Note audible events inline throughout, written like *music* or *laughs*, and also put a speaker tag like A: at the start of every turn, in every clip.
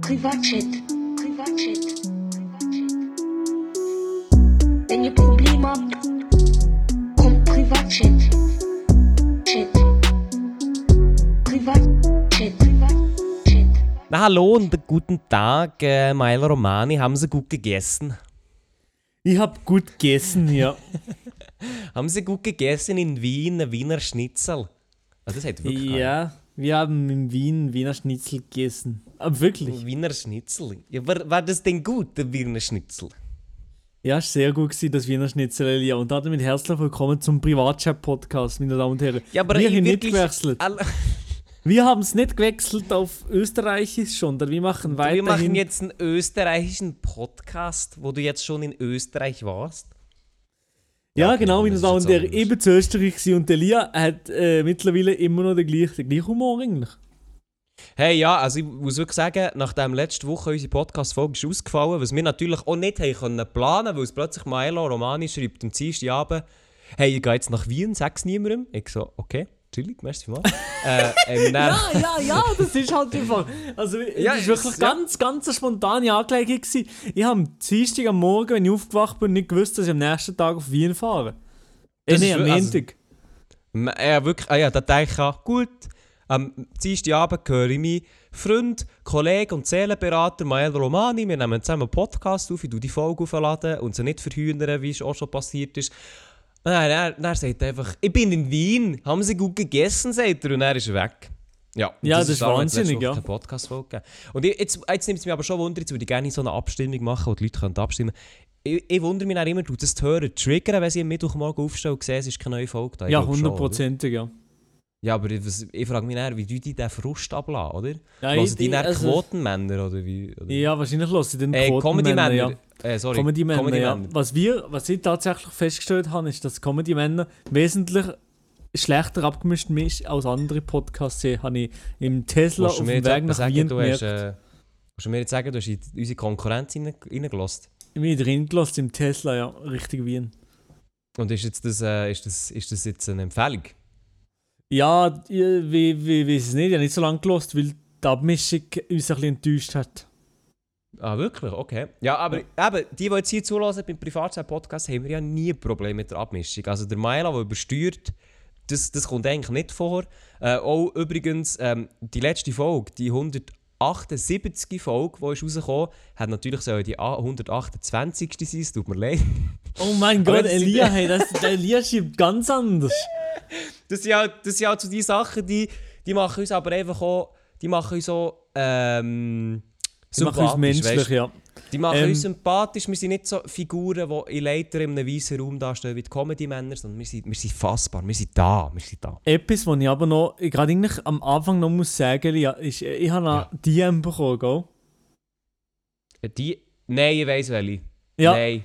A: Privatchat. Privatchat. Wenn ihr Probleme habt, kommt Privatchat. Chat. Privatchat. Privatchat.
B: Na hallo und guten Tag, äh, Meiler Romani. Haben Sie gut gegessen?
C: Ich hab gut gegessen, ja.
B: Haben Sie gut gegessen in Wien, ein Wiener Schnitzel? Ah, das hätte wirklich
C: *laughs* ja, wir haben in Wien Wiener Schnitzel gegessen. Aber Ah, wirklich.
B: ein Wiener Schnitzel. Ja, war, war das denn gut, der Wiener Schnitzel?
C: Ja, sehr gut gewesen, das Wiener Schnitzel, ja. Und damit herzlich willkommen zum Privatchat-Podcast, meine Damen und Herren. wir haben nicht gewechselt.
B: Alle-
C: Wir haben es nicht gewechselt auf Österreichisch schon, denn wir machen weiterhin.
B: wir machen jetzt einen österreichischen Podcast, wo du jetzt schon in Österreich warst. Ja,
C: ja,
B: okay,
C: genau,
B: dann
C: meine
B: ist es
C: Damen
B: jetzt
C: und Herren,
B: anders.
C: eben zu Österreich gewesen und der Lia hat äh, mittlerweile immer noch den gleichen, den gleichen Humor eigentlich.
B: Hey, ja, also ich muss wirklich sagen, nachdem letzte Woche unsere Podcast-Folge ist ausgefallen, was wir natürlich auch nicht haben können planen, weil es plötzlich Milo Romani schreibt am Dienstag Abend, hey, ich gehe jetzt nach Wien, sag's niemandem. Ich so, okay, chillig, merci vielmals. äh, ähm, dann,
C: Ja, ja, ja, das ist halt einfach. Also,
B: Ja,
C: es war wirklich
B: ist- ja.
C: ganz, ganz eine spontane Angelegenheit. Gewesen. Ich habe am Dienstag am Morgen, wenn ich aufgewacht bin, nicht gewusst, dass ich am nächsten Tag auf Wien fahre. Äh,
B: Das
C: nee,
B: ist
C: am
B: wir- also-
C: Montag.
B: M- Ja, wirklich, ah ja, da denke ich auch, gut, am Dienstagabend höre ich meinen Freund, Kollege und Seelenberater Mael Romani. Wir nehmen zusammen einen Podcast auf, ich tue die Folge aufladen und sie nicht verhühnern, wie es auch schon passiert ist. Und dann, dann, dann sagt er einfach, ich bin in Wien, haben sie gut gegessen, sagt er, und er ist weg. Ja, und
C: Ja, das ist
B: darum, jetzt letzte
C: wahnsinnig,
B: Woche
C: ja.
B: keine Podcast-Folge gegeben. Und ich, jetzt, jetzt nimmt es mich aber schon Wunder, jetzt würde ich gerne so eine Abstimmung machen, wo die Leute können abstimmen können. Ich, ich wundere mich auch immer, tut das die Hörer triggern, wenn sie am Mittwochmorgen aufstehen und sehen, es ist keine neue Folge da. Ich
C: Ja,
B: glaub schon, oder?
C: hundertprozentig, ja.
B: Ja, aber ich, was- ich frage mich dann, wie du die den Frust ablassen, oder?
C: Ja,
B: also
C: ich-
B: die dann
C: also-
B: Quotenmänner oder wie? Oder?
C: Ja, wahrscheinlich lasse ich den
B: äh, Comedy-Männer.
C: ja.
B: Äh, sorry.
C: Comedy-Männer, ja.
B: Comedy-Männer.
C: Was, wir, was ich tatsächlich festgestellt habe, ist, dass Comedy-Männer wesentlich schlechter abgemischt ist als andere Podcasts. Habe ich im Tesla
B: Willst
C: auf
B: du
C: dem
B: mir jetzt
C: Weg
B: etwas
C: nach
B: sagen,
C: Wien
B: du hast,
C: gemerkt.
B: äh, willst du mir jetzt sagen, du hast in unsere Konkurrenz rein- reingelassen?
C: Ich bin drin gelassen im Tesla, ja, richtig Wien.
B: Und ist, jetzt das, äh, ist, das, ist das jetzt eine Empfehlung?
C: Ja, ich we- we- weiss es nicht. Ich habe nicht so lange gelost, weil die Abmischung uns ein bisschen enttäuscht hat.
B: Ah, wirklich? Okay. Ja, aber eben, die, die jetzt hier zulassen beim Privatchat-Podcast, haben wir ja nie Probleme mit der Abmischung. Also der Maila, der übersteuert, das, das kommt eigentlich nicht vor. Äh, auch übrigens, ähm, die letzte Folge, die 178. Folge, die ist rausgekommen, hat natürlich so die A- 128. sein, es tut mir leid. *laughs*
C: Oh mein
B: Aber
C: Gott,
B: das sind-
C: Elia, hey, das, der Elia schreibt ganz
B: *laughs*
C: anders.
B: Das sind ja, das sind ja so die Sachen, die, die machen uns aber einfach auch, die machen uns auch, ähm,
C: Das macht uns
B: sympathisch,
C: menschlich,
B: weisst du?
C: ja.
B: Die machen
C: Ähm,
B: uns sympathisch, wir sind nicht so Figuren, die in Leiter in einem weißen Raum dastehen wie die Comedy-Männer, sondern wir sind, wir sind fassbar, wir sind da, wir sind da.
C: Etwas, was ich aber noch, gerade eigentlich am Anfang noch muss sagen, Elia, ist, äh, ich habe eine DM bekommen, gell?
B: Äh, Die... Nein, ich weiss welche.
C: Ja.
B: Nein.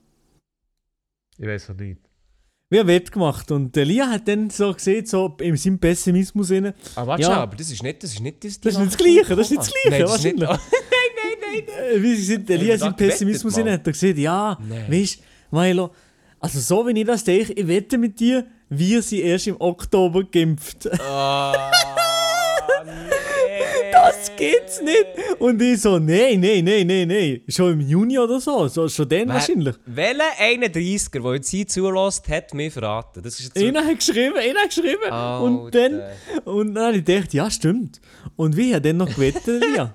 B: Ich weiss es nicht.
C: Wir haben Wett gemacht und der Lia hat dann so gesehen, so in seinem Pessimismus rein,
B: Ah, warte
C: Ja.
B: schnell, aber das ist nicht das ist nicht das.
C: Das ist nicht das Gleiche, das ist
B: Oh.
C: nicht das Gleiche,
B: Nein, das ist nicht- *laughs*
C: äh, wie sie sind, der
B: Haben
C: Lia
B: wir
C: in seinem
B: da gewettet,
C: Pessimismus rein
B: Mann?
C: hat er gesehen, ja,
B: Nein.
C: weißt du, Milo, also so wie ich das denke, ich wette mit dir, wir sind erst im Oktober geimpft. *laughs*
B: Ah, nee.
C: Das geht's nicht! Und ich so, nein, nein, nein, nein, nein. Schon im Juni oder so, so schon dann
B: Wer-
C: wahrscheinlich.
B: Welcher 31er, der jetzt hier zulässt, hat mich verraten. Das ist jetzt
C: Einer hat geschrieben, einer hat geschrieben.
B: Alter.
C: Und dann, und dann habe ich gedacht, ja, stimmt. Und wie hat dann noch gewettet? *laughs* ja.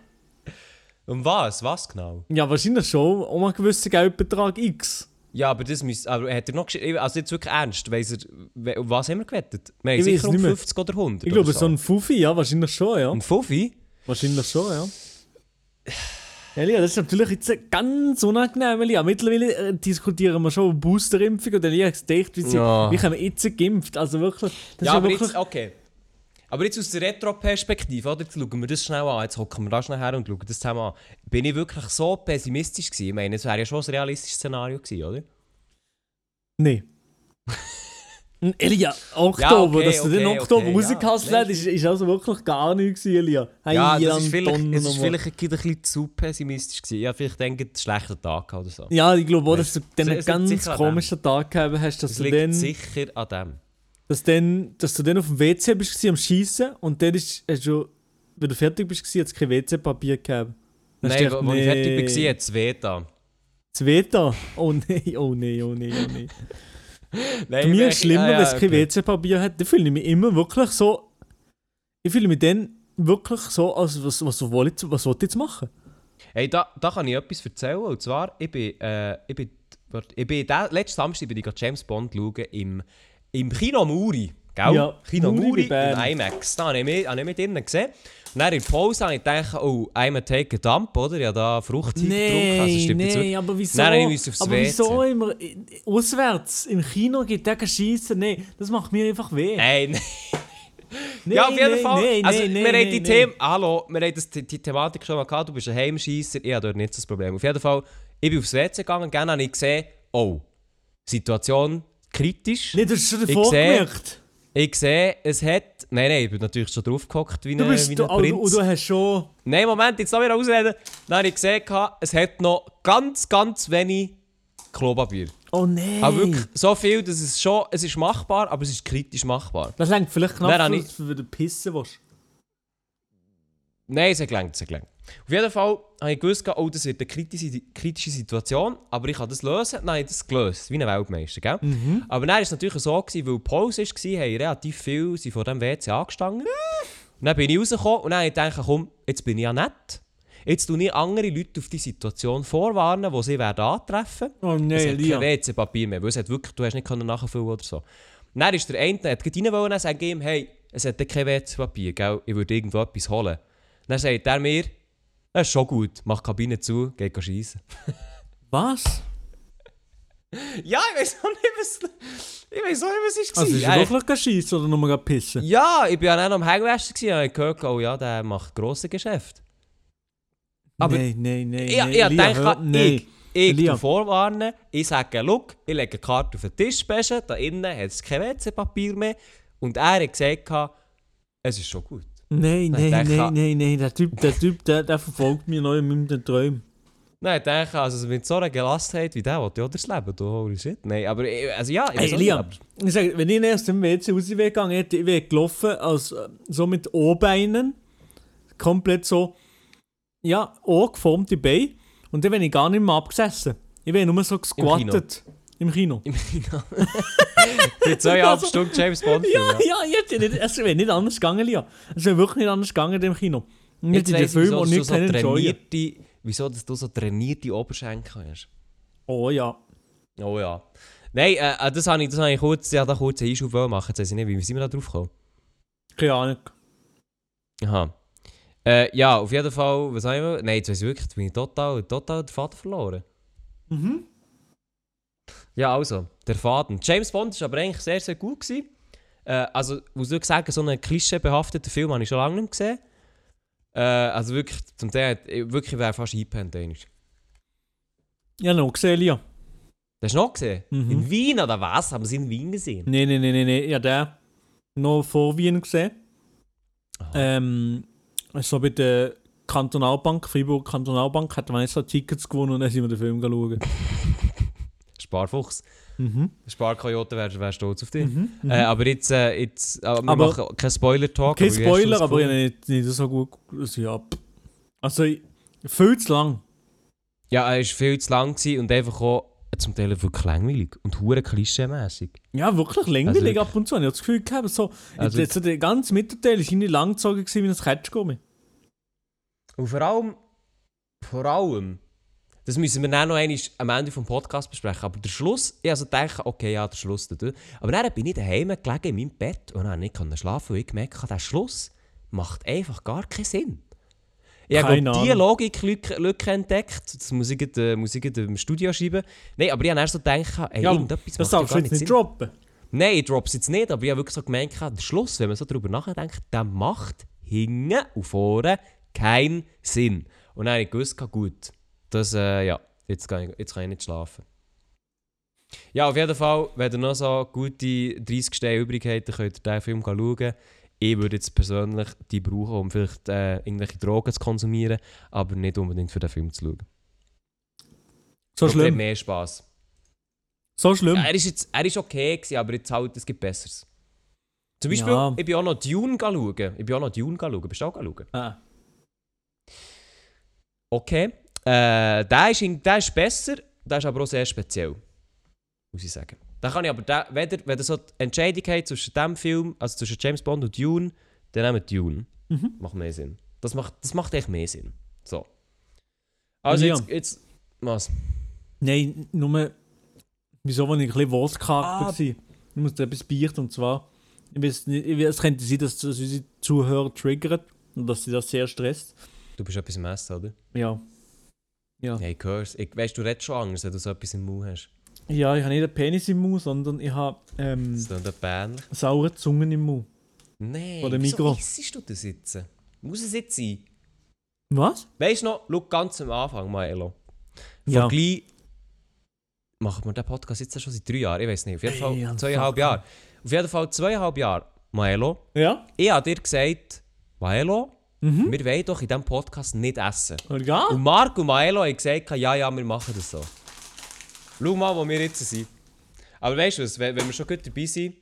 B: Um was? Was genau?
C: ja, wahrscheinlich schon um einen gewissen Geldbetrag X.
B: Ja, aber das müsste. Aber hat ah, er eh, noch geschrieben? Also jetzt wirklich ernst. Weiss er, we- um was haben wir gewettet? Wir haben
C: Ich weiss
B: sicher um
C: nicht mehr.
B: 50 oder 100.
C: Ich glaube,
B: oder
C: so ein Fuffi, ja, wahrscheinlich schon, ja.
B: Um Fuffi?
C: Wahrscheinlich schon, ja. Elia, das ist natürlich jetzt äh, ganz unangenehm, Elia. Mittlerweile äh, diskutieren wir schon über Boosterimpfung und Elia hat gedacht, wie, sie,
B: Ja.
C: wie haben wir jetzt geimpft? Also wirklich, das
B: Ja,
C: ist ja
B: aber
C: wirklich...
B: jetzt, okay. Aber jetzt aus der Retro-Perspektive, oder? Jetzt schauen wir das schnell an, jetzt hocken wir da schnell her und schauen das zusammen an. Bin ich wirklich so pessimistisch gewesen? Ich meine, es wäre ja schon ein realistisches Szenario gewesen, oder?
C: Nee. Ein Elia, Oktober,
B: okay,
C: dass du den
B: okay,
C: Oktober
B: okay,
C: okay,
B: ja.
C: rausgehasselt hast, ist, ist also wirklich gar nichts, gewesen, Elia. Hey,
B: ja,
C: Jan
B: das ist vielleicht, es ist
C: Donnermann.
B: vielleicht ein bisschen- ein bisschen zu pessimistisch gewesen. Ja, vielleicht denke ich, einen schlechten Tag gehabt oder so.
C: Ja, ich glaube auch, dass du dann
B: es
C: einen
B: liegt
C: ganz
B: sicher an
C: komischen Tag gehabt hast, dass
B: Es
C: du,
B: liegt
C: also dann,
B: sicher an dem.
C: dass, dann, dass du dann auf dem WC bist gewesen, am Schießen und dann ist, hast du, wenn du fertig bist, gewesen, hat es kein WC-Papier gehabt. Dann hast du
B: Nein,
C: gedacht,
B: wo, wo ich fertig war,
C: nee,
B: hat es weh getan.
C: Das WC. Oh *laughs* nein, oh nein, oh nein, oh nein.
B: Nein,
C: Für mich
B: ich-
C: ist es schlimmer,
B: ah, ja,
C: wenn es kein
B: okay.
C: WC-Papier hat. Dann fühle ich mich immer wirklich so. Ich fühle mich dann wirklich so, als was, was, was, jetzt, was will ich jetzt machen?
B: Hey, da, da kann ich etwas erzählen. Und zwar, ich bin, äh, ich bin, warte, ich bin da, letzten Samstag bin ich gerade James Bond schauen im, im Kino Muri. Gell?
C: Ja,
B: Kino
C: Muri
B: Muri
C: bei Bern.
B: im IMAX. Da habe ich mich, habe ich mich drinnen gesehen. Und dann in der Pause habe ich gedacht, oh, I'm a take a dump, oder? Ja, da Fruchtzeug getrunken. Also stimmt nicht so.
C: aber wieso?
B: Nein, nein, ich muss aufs
C: aber
B: WC.
C: wieso immer äh, auswärts im Kino geht der schießen? Nein, das macht mir einfach weh.
B: Nein, nein.
C: Nein,
B: ja, auf jeden
C: nein,
B: Fall.
C: nein,
B: also,
C: nein,
B: wir
C: nein,
B: haben die
C: nein,
B: Themen. Hallo, wir haben das, die, die Thematik schon mal gehabt. Du bist ein Heimscheisser. Ich habe dort nicht so das Problem. Auf jeden Fall, ich bin aufs WC gegangen. Gerne habe ich gesehen, oh, Situation kritisch.
C: Nein, das ist schon
B: Ich
C: davor
B: sehe-
C: gemerkt.
B: Ich sehe, es hat. Nein, nein, ich bin natürlich schon draufgehockt wie ein,
C: Du bist
B: wie ein
C: du, oh, du,
B: Prinz.
C: du hast schon.
B: Nein, Moment, jetzt lass mich noch ausreden. Dann habe ich gesehen, gehabt, es hat noch ganz, ganz wenig Klopapier.
C: Oh nein.
B: Aber Ah, wirklich so viel, dass es schon. Es ist machbar, aber es ist kritisch machbar.
C: Das lenkt vielleicht knapp,
B: Nein, dann
C: wenn
B: ich-
C: du pissen willst.
B: Nein, es hat gelangt, es hat gelangt. Auf jeden Fall habe ich gewusst, oh, das wird eine kritische, kritische Situation, aber ich kann das lösen. Nein, das gelöst, wie ein Weltmeister, gell? Aber dann war es natürlich so, gewesen, weil die Pause war, haben relativ viele sind von diesem WC angestanden. Und dann bin ich rausgekommen und dann habe ich gedacht, komm, jetzt bin ich ja nett. Jetzt tue ich andere Leute auf die Situation vorwarnen, die sie werden antreffen werden.
C: Oh
B: Es
C: nein,
B: hat kein
C: Elia.
B: WC-Papier mehr, weil es hat wirklich, du hast nicht können nachfüllen oder so. Und dann ist der eine, der hat gerade rein wollen, dann sage ich ihm, hey, es hat dann kein WC-Papier, gell? ich würde irgendwo etwas holen. Dann sagt er mir, das ist schon gut, mach die Kabine zu, geh schießen. *laughs*
C: Was?
B: Ja, ich weiß auch nicht, was ich weiß auch nicht, was
C: Also,
B: es
C: ist
B: war.
C: er wirklich schießen oder nur mal pissen?
B: ja, ich bin ja dann am Hängewaschen und habe gehört, oh ja, der macht grosse Geschäfte. Aber-
C: nein, nein, nein.
B: Ich,
C: nein,
B: ich
C: Elia,
B: denke,
C: hör-
B: ich, ich
C: Elia.
B: tu vorwarnen, ich sage, look, ich lege eine Karte auf den Tisch, besser, da innen hat es kein WC-Papier mehr. Und er hat gesagt, es ist schon gut.
C: Nein, nein,
B: Ich
C: nein,
B: denke-
C: nein, nein, der Typ, der Typ, der, der verfolgt mich noch in meinen Träumen.
B: Nein, ich denke, also mit so einer Gelassenheit wie der, will ich auch das Leben, du holy shit. Nein, aber ich, also ja, ich
C: Hey,
B: weiß auch
C: Liam,
B: nicht, *laughs* aber-
C: ich sag, wenn ich erst im WC rausgegangen hätte, ich wäre gelaufen, als, äh, so mit O-Beinen, komplett so, ja, O-geformte Beine, und dann wäre ich gar nicht mehr abgesessen. Ich wäre nur so gesquattet. Im Kino.
B: im Kino. *laughs* Mit zweieinhalb
C: Also-
B: Stunden James Bond Film,
C: Ja, ja, ich hätte nicht, es wäre nicht anders gegangen, Liam. Es wäre wirklich nicht anders gegangen im Kino. Und
B: Jetzt
C: hätte ich den
B: weiss ich,
C: Film
B: wieso,
C: auch
B: dass du
C: nicht
B: so
C: können enjoyen.
B: trainierte, wieso dass du so trainierte Oberschenkel hast.
C: Oh ja.
B: Oh ja. Nein, äh, das habe ich, das habe ich kurz, ja, da kurz einen Einschub wollen machen. Jetzt weiß ich nicht, wie sind wir da drauf gekommen?
C: Keine Ahnung.
B: Aha. Äh, ja, auf jeden Fall, was haben wir? Nein, jetzt weiss ich wirklich, jetzt bin ich total, total den Faden verloren.
C: Mhm.
B: Ja, also, der Faden. James Bond war aber eigentlich sehr, sehr gut. Gewesen. Äh, also, muss ich sagen, so einen klischeebehafteten Film habe ich schon lange nicht mehr gesehen. Äh, also wirklich, zum Teil, ich- wirklich wäre fast eingepennt. einmal.
C: Ja, noch gesehen, Liam.
B: Das hast du noch gesehen?
C: Mhm.
B: In Wien oder was? Haben wir sie in Wien gesehen?
C: Nein, nein, nein, nein, nein. Ich habe den noch vor Wien gesehen.
B: Aha.
C: Ähm, so bei der Kantonalbank, Freiburg Kantonalbank, hat man so Tickets gewonnen und dann sind wir den Film schauen.
B: Sparfuchs. Mm-hmm.
C: mhm. Mm-hmm.
B: Sparkojote wärst wär stolz auf dich. Äh, aber jetzt, äh, jetzt äh, wir
C: Aber-
B: machen keinen Spoiler-Talk.
C: Kein
B: aber wie hast du
C: Spoiler,
B: das
C: aber ich
B: gefunden?
C: habe nicht, nicht so gut. Also, ja. pff. Also, ich- viel zu lang.
B: Ja, er war viel zu lang gewesen und einfach auch zum Teil wirklich langweilig und hure klischee-mässig.
C: Ja, wirklich langweilig
B: Also-
C: ab und zu. Ich habe das Gefühl gehabt, so,
B: Also-
C: jetzt, so der ganze Mittelteil ist irgendwie langgezogen gewesen wie ein Ketschgummi.
B: Und vor allem, vor allem, das müssen wir dann noch einmal am Ende des Podcasts besprechen, aber der Schluss, ich also denke, okay, ja, der Schluss, der, der. aber dann bin ich daheim gelegen in Oh, meinem Bett und habe nicht können schlafen, weil ich gemerkt habe, der Schluss macht einfach gar keinen Sinn. Ich habe
C: Keine
B: glaub, die
C: Ahnung.
B: Logiklücke Lücke entdeckt, Dus das muss ich, ehm, gerade, äh, muss ich gerade im Studio schreiben. Nein, aber ich habe erst so gedacht, ey,
C: Ja,
B: irgendetwas
C: das
B: macht ja
C: darfst du
B: gar
C: jetzt
B: nicht Sinn.
C: nicht droppen.
B: Nein, ich drop's jetzt nicht, aber ich habe wirklich so gemeint, gehabt, der Schluss, wenn man so drüber nachdenkt, der macht hinten und vorne keinen Sinn. Und dann habe ich gewusst, gehabt, gut, das, äh, ja, jetzt kann, ich, jetzt kann ich nicht schlafen. Ja, auf jeden Fall, wenn ihr noch so gute 30 Steine übrig habt, dann könnt ihr diesen Film schauen. Ich würde jetzt persönlich die brauchen, um vielleicht äh, irgendwelche Drogen zu konsumieren, aber nicht unbedingt für den Film zu schauen.
C: So
B: Macht mir
C: schlimm.
B: mehr Spass.
C: So schlimm.
B: Ja, er ist jetzt, er ist okay gewesen, aber jetzt halt, es gibt Besseres. Zum Beispiel,
C: Ja.
B: ich bin auch noch Dune schauen. Ich bin auch noch Dune schauen. Bist du auch schauen?
C: Ah.
B: Okay. Äh, der, ist, in- der ist besser, der ist aber auch sehr speziell. Muss ich sagen. Da kann ich aber, da, wenn, ihr, wenn ihr so die Entscheidung habt zwischen dem Film, also zwischen James Bond und Dune, dann nehmt Dune.
C: Mhm.
B: Macht mehr Sinn. Das macht, das macht echt mehr Sinn. So. Also
C: Ja.
B: jetzt, jetzt, was?
C: Nein, nur. Wieso, wenn ich ein bisschen Wortcharakter
B: Ah.
C: war? Ich muss dir etwas beichten und zwar. Ich weiß nicht, ich weiß, es könnte sein, dass das unsere Zuhörer triggert und dass sie das sehr stresst.
B: Du bist etwas im Essen, oder?
C: Ja.
B: Hey, ich hör's. Ich, weißt du, du redest schon anders, wenn du so etwas im Mund hast.
C: Ja, ich habe nicht einen Penis im Mund, sondern ich habe ähm,
B: Das klingt peinlich.
C: saure Zungen im Mund.
B: Nein,
C: Oder
B: wieso
C: Mikro.
B: isst du das jetzt? Muss es jetzt sein?
C: Was?
B: Weißt du noch, schau ganz am Anfang, Maelo. Von
C: Ja.
B: gleich machen wir den Podcast jetzt schon seit drei Jahren, ich weiß nicht, auf jeden Fall
C: Ey,
B: zweieinhalb
C: fuck.
B: Jahre. Auf jeden Fall zweieinhalb Jahre, Maelo.
C: Ja?
B: Ich habe dir gesagt, Maelo,
C: Mhm.
B: wir wollen doch in diesem Podcast nicht essen.
C: Und gar?
B: Und Marco und Maelo haben gesagt, ja, ja, wir machen das so. Schau mal, wo wir jetzt sind. Aber weißt du was, wenn, wenn wir schon gut dabei sind,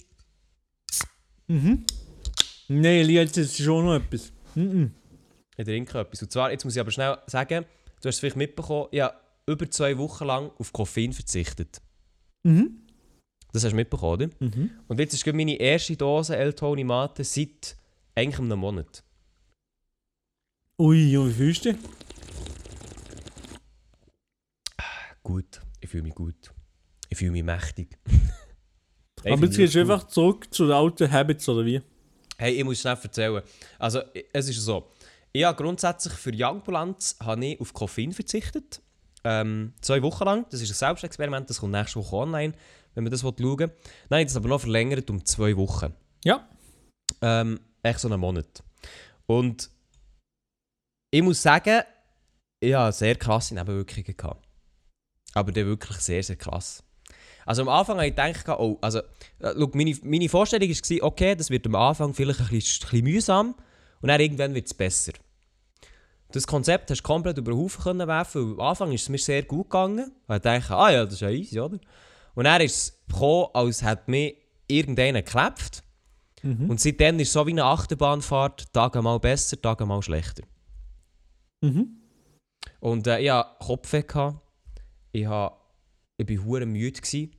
C: Nein, jetzt ist schon noch etwas. Mhm.
B: Ich trinke etwas. Und zwar, jetzt muss ich aber schnell sagen, du hast es vielleicht mitbekommen, ich habe über zwei Wochen lang auf Koffein verzichtet.
C: Mhm.
B: Das hast du mitbekommen, oder?
C: Mhm.
B: Und jetzt ist gerade meine erste Dose L-Tony Mate seit eigentlich einem Monat.
C: Ui, und wie fühlst du dich?
B: Gut, ich fühle mich gut. Ich fühle mich mächtig. *laughs* Ich
C: Aber
B: fühle
C: jetzt
B: mich
C: gehst du
B: gut.
C: einfach zurück zu den alten Habits, oder wie?
B: Hey, ich muss schnell erzählen. Also, i- es ist so. Ich habe grundsätzlich für die Ambulanz habe ich auf Koffein verzichtet. Ähm, zwei Wochen lang. Das ist ein Selbstexperiment, das kommt nächste Woche online, wenn man das schauen will. Dann habe ich das aber noch verlängert um zwei Wochen.
C: Ja.
B: Ähm, echt so einen Monat. Und ich muss sagen, ich hatte sehr krasse Nebenwirkungen. Gehabt. Aber die wirklich sehr, sehr krass. Also am Anfang habe ich gedacht, oh, also, äh, schau, meine, meine Vorstellung war, okay, das wird am Anfang vielleicht ein bisschen, ein bisschen mühsam und dann irgendwann wird es besser. Das Konzept hast du komplett über den Haufen können werfen. weil Am Anfang ist es mir sehr gut gegangen. Ich dachte, ah ja, das ist ja easy, oder? Und dann ist es gekommen, als hätte mir irgendeiner geklebt. Und seitdem ist es so wie eine Achterbahnfahrt, Tage mal besser, Tage mal schlechter.
C: Mhm.
B: Und äh, ich hatte Kopfweh, gehabt. ich, hab, ich war hure müde, gewesen.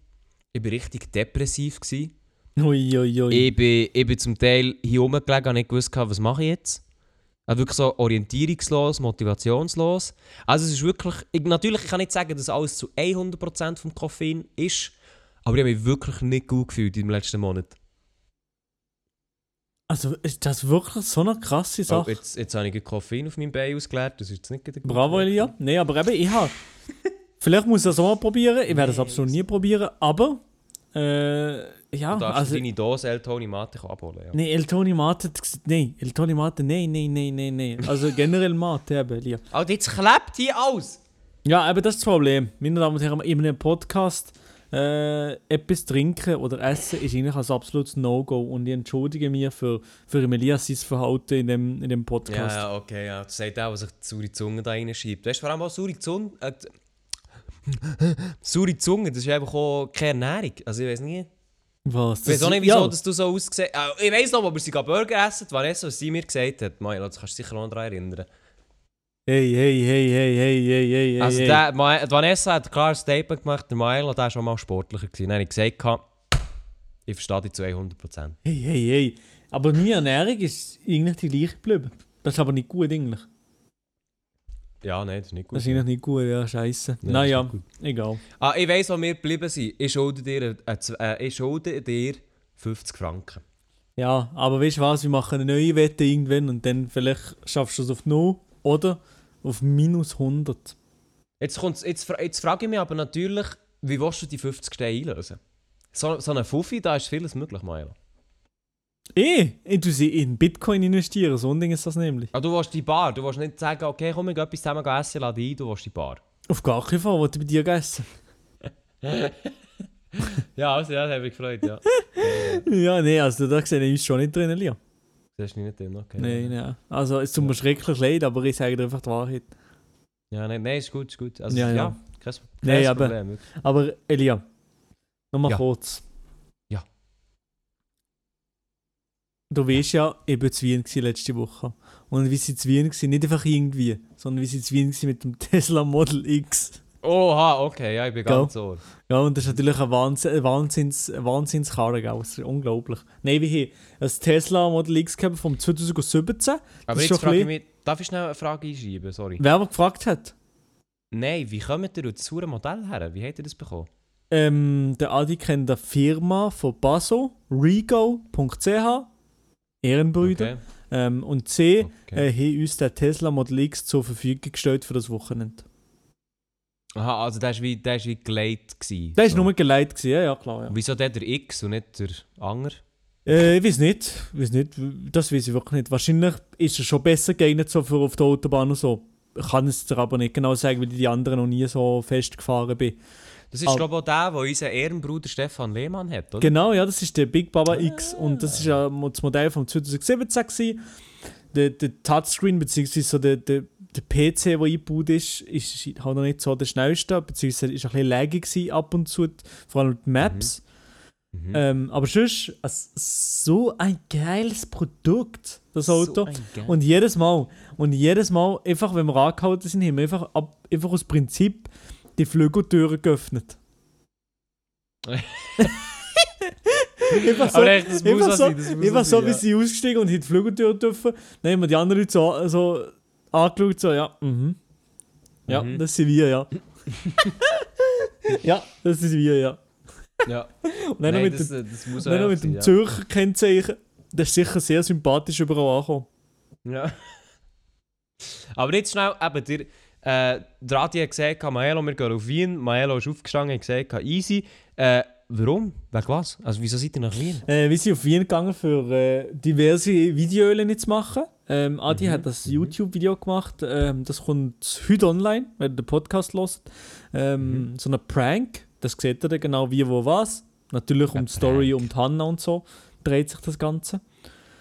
B: ich war richtig depressiv. Gewesen.
C: Ui, ui, ui.
B: Ich, bin, ich bin zum Teil hier rumgelegen und nicht gewusst, gehabt, was mache ich jetzt. Also wirklich so orientierungslos, motivationslos. Also es ist wirklich, ich, natürlich ich kann ich nicht sagen, dass alles zu 100% vom Koffein ist, aber ich habe mich wirklich nicht gut gefühlt im letzten Monat.
C: Also, ist das wirklich so eine krasse
B: Oh,
C: Sache?
B: jetzt, jetzt habe ich Koffein auf meinem Bein ausgeleert, das ist jetzt nicht gerade gut.
C: Bravo, Elia. Nein, aber eben, ich habe. Vielleicht muss ich das auch mal probieren. Ich werde das
B: Nee,
C: absolut nie probieren, aber. Äh, ja,
B: Du darfst
C: also.
B: deine Dose L-Tony Mate abholen. Ja.
C: Nein, El Toni Mate. hat gesagt- Nein, El Toni Mate, nein, nein, nein, nein, nein. Also generell Mate eben, Elia.
B: Alter, Also jetzt klebt hier aus!
C: Ja, aber das ist das Problem. Meine Damen und Herren, in einem Podcast äh, etwas trinken oder essen ist eigentlich ein absolutes No-Go. Und ich entschuldige mich für, für Elias sein Verhalten in dem, in dem
B: Ja,
C: Podcast.
B: ja, okay, ja. Das sagt auch, was sich die saure Zunge da reinschiebt. Weißt du, vor allem auch saure Zunge. Äh, die- saure Zunge, das ist einfach auch keine Ernährung. Also, ich weiß nicht.
C: Was?
B: Ich weiß auch nicht,
C: ja.
B: wieso dass du so ausgesehen hast. ich weiß noch, aber sie gehen Burger essen, die Vanessa, was sie mir gesagt hat. Maja, das kannst du dich sicher noch daran erinnern.
C: Hey, hey, hey, hey, hey, hey, hey, hey.
B: also,
C: hey.
B: Der, Ma- die Vanessa hat klar ein Statement gemacht, der Maja, der war schon mal sportlicher. Gewesen. Dann habe ich gesagt, gehabt, ich verstehe dich zu 100%.
C: Hey, hey, hey. Aber meine Ernährung ist eigentlich die gleiche geblieben. Das ist aber nicht gut, eigentlich.
B: Ja, nein, das ist nicht gut.
C: Das ist eigentlich nicht gut, ja, scheiße.
B: Ja,
C: naja,
B: das ist nicht
C: egal.
B: Ah, ich weiss, wo wir geblieben sind. Ich schulde dir, äh, zw- äh, ich schulde dir 50 Franken.
C: Ja, aber weißt du was, wir machen eine neue Wette irgendwann und dann vielleicht schaffst du es auf null oder auf minus 100.
B: Jetzt, kommt's, jetzt, fra- jetzt frage ich mich aber natürlich, wie willst du die 50 Steine einlösen? So, so ein Fuffi, da ist vieles möglich, Milo.
C: Eh, ich tue sie in Bitcoin investieren, so ein Ding ist das nämlich.
B: Ah, du willst die Bar, du willst nicht sagen, okay, komm, ich geh etwas zusammen essen, lade ein, du willst die Bar.
C: Auf gar keinen Fall, wollte ich bei dir essen.
B: Ja, also, ja, das hat mich gefreut, *laughs* ja.
C: *laughs* ja, nee, also da sehe ich uns schon nicht drinnen, Lia.
B: Das ist nicht drin, okay.
C: Nein, nein. Also es tut mir schrecklich leid, aber ich sage dir einfach die Wahrheit.
B: Ja, nein, nein, ist gut, ist gut. Also,
C: Ja,
B: ja,
C: ja.
B: kein, kein
C: Nein, aber-
B: Problem. wirklich.
C: Aber Elia, nochmal
B: Ja.
C: kurz.
B: Ja.
C: Du weißt ja, ich war zu Wien gewesen letzte Woche. Und wie sie zu Wien war, nicht einfach irgendwie, sondern wie sie zu Wien war mit dem *laughs* Tesla Model X.
B: Oha, okay, ja, ich bin
C: Gell?
B: ganz ohr.
C: Ja, und das ist natürlich ein, Wahnsinn, ein Wahnsinns, ein Wahnsinnskarre, gell? Das ist unglaublich. Nein, wie hier, ein Tesla Model X gehabt vom 2017.
B: Aber
C: ist
B: jetzt
C: schon
B: frage ich
C: ein
B: mich, darf ich schnell eine Frage einschreiben, sorry?
C: Wer mir gefragt hat,
B: Nein, wie kommt ihr zu einem Modell her? Wie habt ihr das bekommen?
C: ähm, der Adi kennt eine Firma von Baso, Rego.ch, Ehrenbrüder.
B: Okay.
C: Ähm, und C
B: Okay.
C: äh, haben uns den Tesla Model X zur Verfügung gestellt für das Wochenende.
B: Aha, also der war wie, der ist wie gelegt. Gewesen,
C: Der war nur geleitet, gewesen, ja, ja klar. Ja.
B: Wieso der der X und nicht der Anger?
C: Äh, ich weiß nicht, weiß nicht, das weiß ich wirklich nicht. Wahrscheinlich ist er schon besser geeignet so für auf der Autobahn und so. Ich kann es dir aber nicht genau sagen, weil ich die anderen noch nie so festgefahren bin.
B: Das ist,
C: Aber-
B: glaube ich, auch der, der unseren Ehrenbruder Stefan Lehmann hat, oder? Ah.
C: Genau, ja, das ist der Big Baba X und das ist ja mo- das Modell von 2017 gewesen. Der, der Touchscreen bzw. So der, der, der PC, der eingebaut ist, ist halt noch nicht so der schnellste, beziehungsweise ist ein bisschen laggy gewesen ab und zu, vor allem die Maps.
B: Mhm.
C: Ähm, aber sonst, es- so ein geiles Produkt, das
B: So
C: Auto.
B: ein geiles-
C: und jedes Mal, und jedes Mal, einfach wenn wir angehalten sind, haben wir einfach, ab, einfach aus Prinzip die
B: *laughs*
C: Flügeltüren geöffnet. einfach so,
B: Aber echt, das muss
C: einfach
B: auch
C: so,
B: sein, das muss
C: einfach
B: auch
C: so
B: sein,
C: wie
B: ja.
C: sie ausgestiegen und haben die Flügeltür dürfen. Dann haben wir die anderen Leute so, so angeschaut, so, ja, mhm. Ja,
B: Mhm.
C: das sind
B: *laughs*
C: wir, ja. ja, das sind wir, ja.
B: *laughs* Ja.
C: Und
B: Nein,
C: dann noch Genau. mit
B: das,
C: dem,
B: äh, das muss
C: dann
B: auch
C: noch mit dem
B: sein,
C: Zürcher Kennzeichen. Das ist sicher sehr sympathisch überall angekommen.
B: ja. ja. *laughs* Aber jetzt schnell, eben, der, äh, der Adi hat gesagt, Maelo, wir gehen auf Wien. Maelo ist aufgestanden, hat gesagt, easy. Äh, warum? Wegen was? Also, wieso seid ihr nach Wien?
C: Äh, wir sind auf Wien gegangen, für äh, diverse Videoölen zu machen. Ähm,
B: Mhm.
C: Adi hat das YouTube-Video gemacht. Ähm, das kommt heute online, wenn ihr den Podcast hört. Ähm,
B: Mhm.
C: So ein Prank. Das seht ihr dann genau wie, wo, was. Natürlich um
B: Ein
C: die Story, um die Hanna und so dreht sich das Ganze.